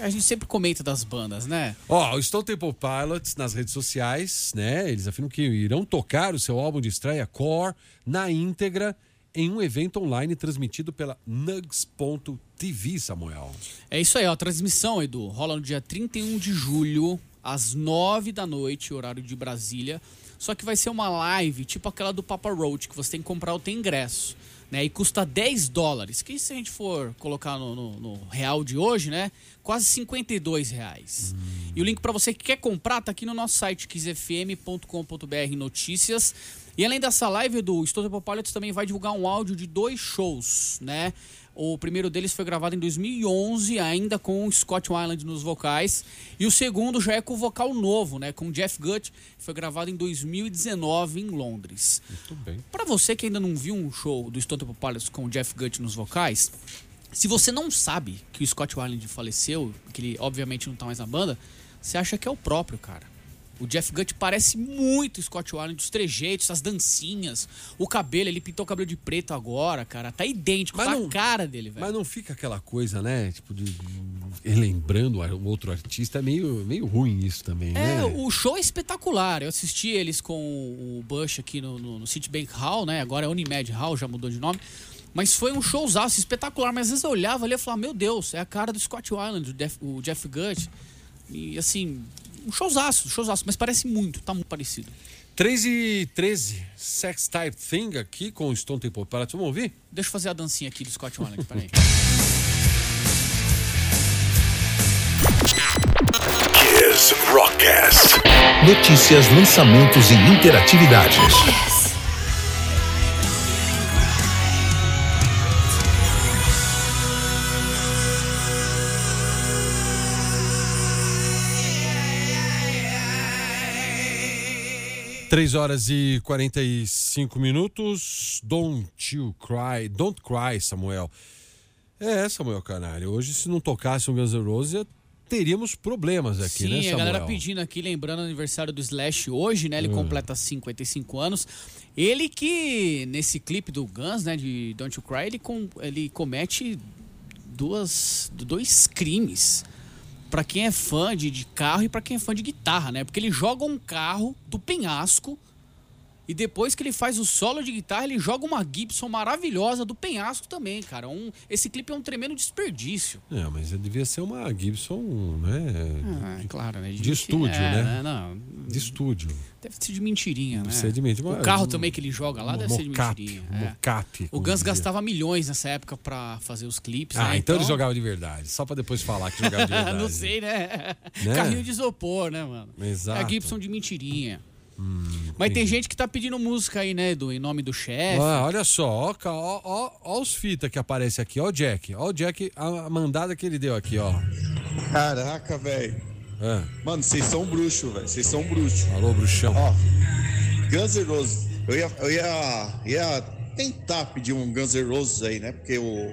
Speaker 5: A gente sempre comenta das bandas, né?
Speaker 4: Ó, o Stone Temple Pilots nas redes sociais, né? Eles afirmam que irão tocar o seu álbum de estreia Core na íntegra em um evento online transmitido pela Nugs.tv, Samuel.
Speaker 5: É isso aí, ó. A transmissão, Edu, rola no dia 31 de julho, às 9 da noite, horário de Brasília. Só que vai ser uma live, tipo aquela do Papa Roach, que você tem que comprar ou tem ingresso. Né, e custa 10 dólares, que se a gente for colocar no, no- no real de hoje, né? Quase 52 reais. E o link para você que quer comprar tá aqui no nosso site, quizfm.com.br notícias. E além dessa live, Edu, o Stone Temple Pilots também vai divulgar um áudio de dois shows, né? O primeiro deles foi gravado em 2011, ainda com o Scott Weiland nos vocais. E o segundo já é com vocal novo, né? Com o Jeff Gutt. Foi gravado em 2019 em Londres.
Speaker 4: Tudo bem.
Speaker 5: Pra você que ainda não viu um show do Stone Temple Pilots com o Jeff Gutt nos vocais, se você não sabe que o Scott Weiland faleceu, que ele obviamente não tá mais na banda, você acha que é o próprio, cara. O Jeff Gutt parece muito o Scott Weiland, os trejeitos, as dancinhas, o cabelo, ele pintou o cabelo de preto agora, cara, tá idêntico,
Speaker 4: Mas
Speaker 5: tá
Speaker 4: não-
Speaker 5: a cara dele,
Speaker 4: Mas
Speaker 5: velho.
Speaker 4: não fica aquela coisa, né? Tipo, de relembrando a- um outro artista. É meio, meio ruim isso também, né?
Speaker 5: É, o show é espetacular. Eu assisti eles com o Bush aqui no, no, no Citibank Hall, né? Agora é Unimed Hall, já mudou de nome. Mas foi um showzaço espetacular. Mas às vezes eu olhava ali e falava, meu Deus, é a cara do Scott Island, o Jeff, o Jeff Gutt. E assim, um showzaço, showzaço. Mas parece muito, tá muito parecido.
Speaker 4: 3 e 13, Sex Type Thing aqui com o Stone Temple Pilots. Vamos ouvir?
Speaker 5: Deixa eu fazer a dancinha aqui do Scott Island, peraí.
Speaker 1: Kiss Rockcast. Notícias, lançamentos e interatividades.
Speaker 4: Três horas e 45 minutos. Don't you cry, don't cry, Samuel. É, Samuel Canário. Hoje, se não tocasse um Guns N' Roses, ia teríamos problemas aqui,
Speaker 5: Sim,
Speaker 4: né, Samuel? Hum.
Speaker 5: a galera pedindo aqui, lembrando o aniversário do Slash hoje, né? Ele completa 55 anos. Ele que, nesse clipe do Guns, né, de Don't You Cry, ele, com, ele comete duas, dois crimes. Pra quem é fã de, de carro e pra quem é fã de guitarra, né? Porque ele joga um carro do penhasco e depois que ele faz o solo de guitarra, ele joga uma Gibson maravilhosa do penhasco também, cara. Um, esse clipe é um tremendo desperdício.
Speaker 4: É, mas devia ser uma Gibson, né?
Speaker 5: Ah, claro, né?
Speaker 4: de estúdio,
Speaker 5: É,
Speaker 4: né?
Speaker 5: Não,
Speaker 4: De estúdio.
Speaker 5: Deve ser de mentirinha, né?
Speaker 4: Deve ser de mentira.
Speaker 5: O carro também que ele joga lá deve ser de
Speaker 4: um mocap,
Speaker 5: mentirinha. é.
Speaker 4: mocap.
Speaker 5: O
Speaker 4: como
Speaker 5: Guns
Speaker 4: dizia.
Speaker 5: gastava milhões nessa época pra fazer os clipes.
Speaker 4: Ah,
Speaker 5: né?
Speaker 4: então ele jogava de verdade. Só pra depois falar que jogava de verdade.
Speaker 5: Não sei, né? Carrinho de isopor, né, mano?
Speaker 4: Exato. Hum,
Speaker 5: É a Gibson de mentirinha. Mas tem gente que tá pedindo música aí, né, Edu? Em nome do chefe.
Speaker 4: Ah, olha só, ó, ca- ó, ó, ó os fitas que aparece aqui, ó o Jack, ó o Jack, a a mandada que ele deu aqui, ó.
Speaker 7: Caraca, velho.
Speaker 4: Ah,
Speaker 7: Mano, vocês são bruxo, velho. Vocês são bruxo.
Speaker 4: alô, bruxão.
Speaker 7: Ó, Guns N' Roses. Eu ia, eu ia, ia tentar pedir um Guns N' Roses aí, né? Porque o,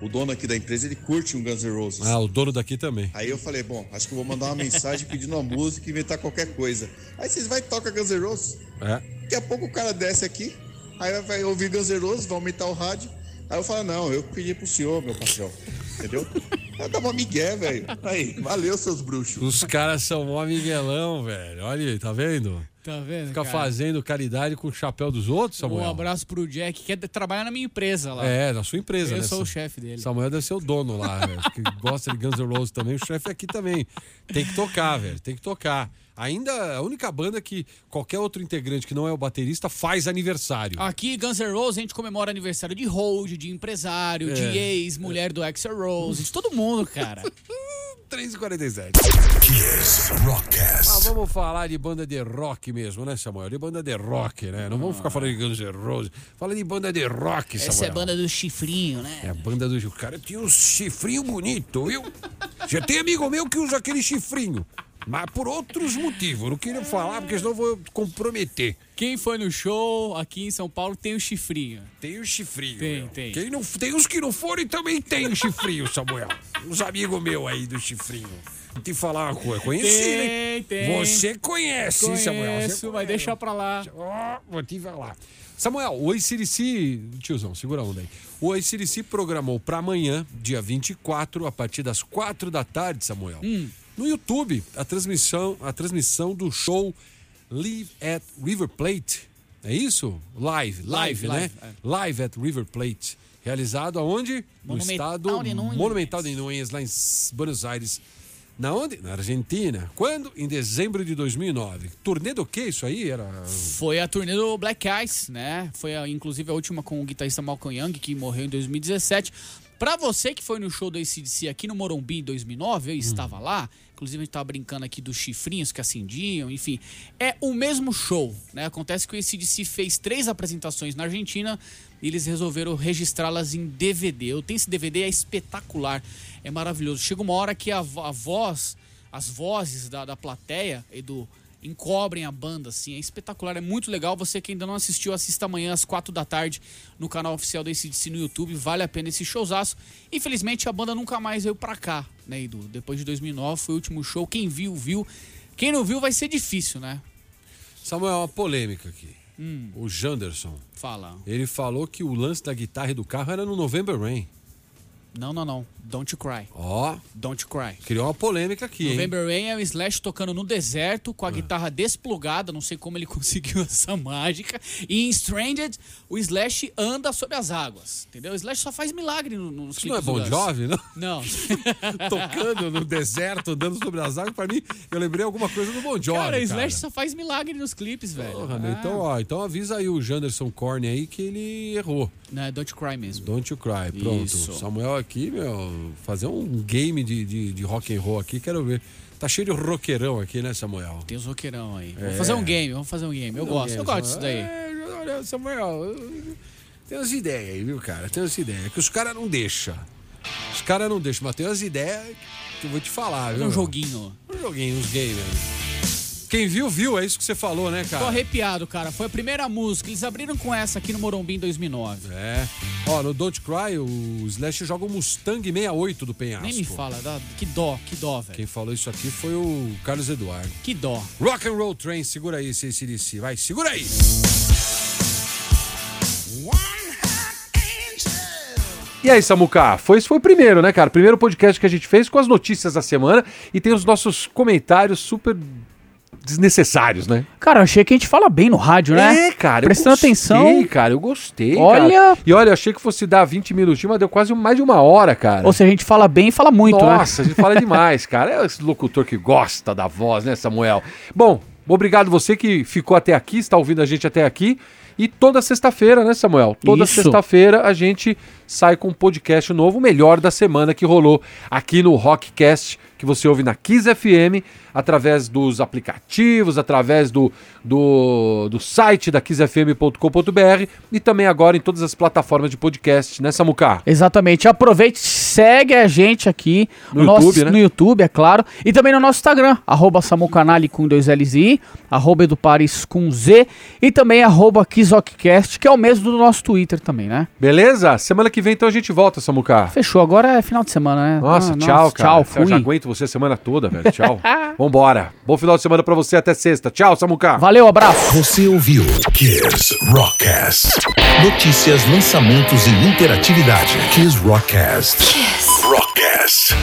Speaker 7: o dono aqui da empresa, ele curte um Guns N' Roses.
Speaker 4: Ah, o dono daqui também.
Speaker 7: Aí eu falei, bom, acho que eu vou mandar uma mensagem pedindo uma música e inventar qualquer coisa. Aí vocês vai e toca Guns N' Roses.
Speaker 4: É.
Speaker 7: Daqui a pouco o cara desce aqui, aí vai ouvir Guns N' Roses, vai aumentar o rádio. Aí eu falo, não, eu pedi pro senhor, meu patrão. Entendeu? Eu tava migué, velho. Aí, valeu, seus bruxos.
Speaker 4: Os caras são mó miguelão, velho. Olha aí, tá vendo?
Speaker 5: Tá vendo?
Speaker 4: Fica
Speaker 5: cara?
Speaker 4: fazendo caridade com o chapéu dos outros, Samuel.
Speaker 5: Um abraço pro Jack, que é de- trabalha na minha empresa lá.
Speaker 4: É, na sua empresa,
Speaker 5: Ah. Eu
Speaker 4: né?
Speaker 5: sou
Speaker 4: Sa-
Speaker 5: o chefe dele.
Speaker 4: Samuel deve ser o dono lá, velho, que gosta de Guns N' Roses também. O chefe é aqui também. Tem que tocar, velho. Tem que tocar. Ainda a única banda que qualquer outro integrante que não é o baterista faz aniversário.
Speaker 5: Aqui, Guns N' Roses, a gente comemora aniversário de Hold, de
Speaker 4: É.
Speaker 5: empresário, de ex, mulher do Axel Rose, de todo mundo, cara.
Speaker 4: é 3h47.
Speaker 1: Kiss
Speaker 4: Ah,
Speaker 1: Rockcast.
Speaker 4: vamos falar de banda de rock mesmo, né, Samuel? De banda de rock, né? Não vamos ficar falando de Guns N' Roses. Fala de banda de rock, Samuel.
Speaker 5: Ah. Essa é a banda do chifrinho, né?
Speaker 4: É a banda do... O cara tinha um chifrinho bonito, viu? Já tem amigo meu que usa aquele chifrinho. Mas por outros motivos. Não queria falar, porque senão eu vou comprometer.
Speaker 5: Quem foi no show aqui em São Paulo tem o chifrinho.
Speaker 4: Tem o chifrinho.
Speaker 5: Tem,
Speaker 4: meu.
Speaker 5: tem.
Speaker 4: Quem não, tem os que não forem também tem o chifrinho, Samuel. Uns amigos meus aí do chifrinho. Vou Te falar uma coisa, conheci,
Speaker 5: Tem,
Speaker 4: né?
Speaker 5: tem.
Speaker 4: Você conhece,
Speaker 5: Conheço,
Speaker 4: Samuel. Você
Speaker 5: mas deixa pra lá.
Speaker 4: Ó, vou te falar. Samuel, o ACDC, tiozão, segura a onda aí. O ACDC programou para amanhã, dia 24, a partir das 4 da tarde, Samuel,
Speaker 5: Hum.
Speaker 4: no YouTube, a transmissão, a transmissão do show Live at River Plate. É isso? Live, live,
Speaker 5: Live,
Speaker 4: né?
Speaker 5: live, é.
Speaker 4: Live at River Plate. Realizado aonde? No
Speaker 5: Monumental
Speaker 4: estado
Speaker 5: de Núñez.
Speaker 4: Monumental de Núñez, lá em S- Buenos Aires. Na onde? Na Argentina. Quando? Em dezembro de 2009. Turnê do que isso aí? Era
Speaker 5: Foi a turnê do Black Eyes, né? Foi a- inclusive a última com o guitarrista Malcolm Young, que morreu em 2017. Pra você que foi no show do ACDC aqui no Morumbi em 2009, eu estava lá. Inclusive a gente tava brincando aqui dos chifrinhos que acendiam, enfim. É o mesmo show, né? Acontece que o ACDC fez três apresentações na Argentina e eles resolveram registrá-las em DVD. Eu tenho esse DVD, é espetacular, é maravilhoso. Chega uma hora que a, vo- a voz, as vozes da, da plateia, Edu, encobrem a banda, assim. É espetacular, é muito legal. Você que ainda não assistiu, assista amanhã às 4 da tarde no canal oficial da ACDC no YouTube. Vale a pena esse showzaço. Infelizmente, a banda nunca mais veio pra cá, né, Edu? Depois de 2009, foi o último show. Quem viu, viu. Quem não viu, vai ser difícil, né?
Speaker 4: Samuel, uma polêmica aqui.
Speaker 5: Hum.
Speaker 4: O Janderson,
Speaker 5: Fala.
Speaker 4: ele falou que o lance da guitarra e do carro era no November Rain.
Speaker 5: Não, não, não. Don't You Cry.
Speaker 4: Ó,
Speaker 5: Don't You Cry.
Speaker 4: criou uma polêmica aqui, hein?
Speaker 5: November Rain é o Slash tocando no deserto
Speaker 4: Ah.
Speaker 5: com a guitarra desplugada, não sei como ele conseguiu essa mágica. E em Stranded, o Slash anda sobre as águas, entendeu? O Slash só faz milagre no- nos
Speaker 4: Isso não é
Speaker 5: clipes do
Speaker 4: Bon
Speaker 5: Guns.
Speaker 4: Jovi, não?
Speaker 5: Não.
Speaker 4: Tocando no deserto, andando sobre as águas. Pra mim, eu lembrei alguma coisa do Bon Jovi,
Speaker 5: cara, o
Speaker 4: cara.
Speaker 5: Slash Ah. só faz milagre nos clipes, velho.
Speaker 4: Porra, meu, Então, ó, então avisa aí o Janderson Corne aí que ele errou.
Speaker 5: Não, é Don't Cry mesmo.
Speaker 4: Don't you cry. Pronto.
Speaker 5: Isso.
Speaker 4: Samuel aqui, meu, fazer um game de, de, de rock and roll aqui, quero ver. Tá cheio de roqueirão aqui, né, Samuel?
Speaker 5: Tem os roqueirão aí. Vamos fazer um game, vamos fazer um game. Eu gosto, eu gosto disso daí.
Speaker 4: É, olha, Samuel, eu- tem umas ideias aí, viu, cara? Tem umas
Speaker 8: É
Speaker 4: ideias. Que os caras não deixam. Os caras não deixam, mas tem umas ideias que eu vou te falar, viu?
Speaker 5: É um
Speaker 4: meu?
Speaker 5: joguinho.
Speaker 4: Um joguinho, uns gamers.
Speaker 8: Quem viu, viu. É isso que você falou, né,
Speaker 9: Tô
Speaker 8: cara?
Speaker 9: arrepiado, cara. Foi a primeira música. Eles abriram com essa aqui no Morumbi em 2009.
Speaker 8: É. Ó, no Don't Cry, o Slash joga o Mustang 68 do penhasco.
Speaker 9: Nem me fala. dá- Que dó, que dó, velho.
Speaker 8: Quem falou isso aqui foi o Carlos Eduardo.
Speaker 9: Que dó.
Speaker 8: Rock and Roll Train, segura aí, CCDC. Vai, segura aí.
Speaker 4: E aí, Samuca? Foi, esse foi o primeiro, né, cara? Primeiro podcast que a gente fez com as notícias da semana e tem os nossos comentários super desnecessários, né?
Speaker 5: Cara, eu achei que a gente fala bem no rádio, né?
Speaker 4: É, cara. eu
Speaker 5: Prestando
Speaker 4: gostei,
Speaker 5: atenção.
Speaker 4: cara. Eu gostei,
Speaker 5: Olha-
Speaker 4: cara. E olha, eu achei que fosse dar 20 minutinhos, mas deu quase mais de uma hora, cara.
Speaker 5: Ou seja, a gente fala bem e fala muito, né?
Speaker 4: Nossa, a gente fala demais, cara. É esse locutor que gosta da voz, né, Samuel? Bom, obrigado você que ficou até aqui, está ouvindo a gente até aqui. E toda sexta-feira, né, Samuel? Toda
Speaker 5: Isso.
Speaker 4: sexta-feira a gente sai com um podcast novo, o melhor da semana que rolou aqui no Rockcast, que você ouve na Kiss FM, através dos aplicativos, através do, do, do site da kissfm.com.br e também agora em todas as plataformas de podcast, né, Samuca?
Speaker 5: Exatamente. Aproveite, segue a gente aqui
Speaker 4: No
Speaker 5: nosso,
Speaker 4: YouTube, né?
Speaker 5: no YouTube, é claro. E também no nosso Instagram, arroba Samucanali com dois L's e I, arroba Edupares com Z e também arroba Kizokcast, que é o mesmo do nosso Twitter também, né?
Speaker 4: Beleza? Semana que vem então a gente volta, Samuca.
Speaker 5: Fechou, agora é final de semana, né?
Speaker 4: Nossa,
Speaker 5: Ah,
Speaker 4: tchau, cara.
Speaker 5: Tchau,
Speaker 4: Eu já
Speaker 5: fui.
Speaker 4: aguento você a semana toda, velho. Tchau. Vambora. Bom final de semana pra você até sexta. Tchau, Samuca.
Speaker 5: Valeu, abraço.
Speaker 1: Você ouviu Kiss Rockcast. Notícias, lançamentos e interatividade. Kiss Rockcast. Kiss Rockcast.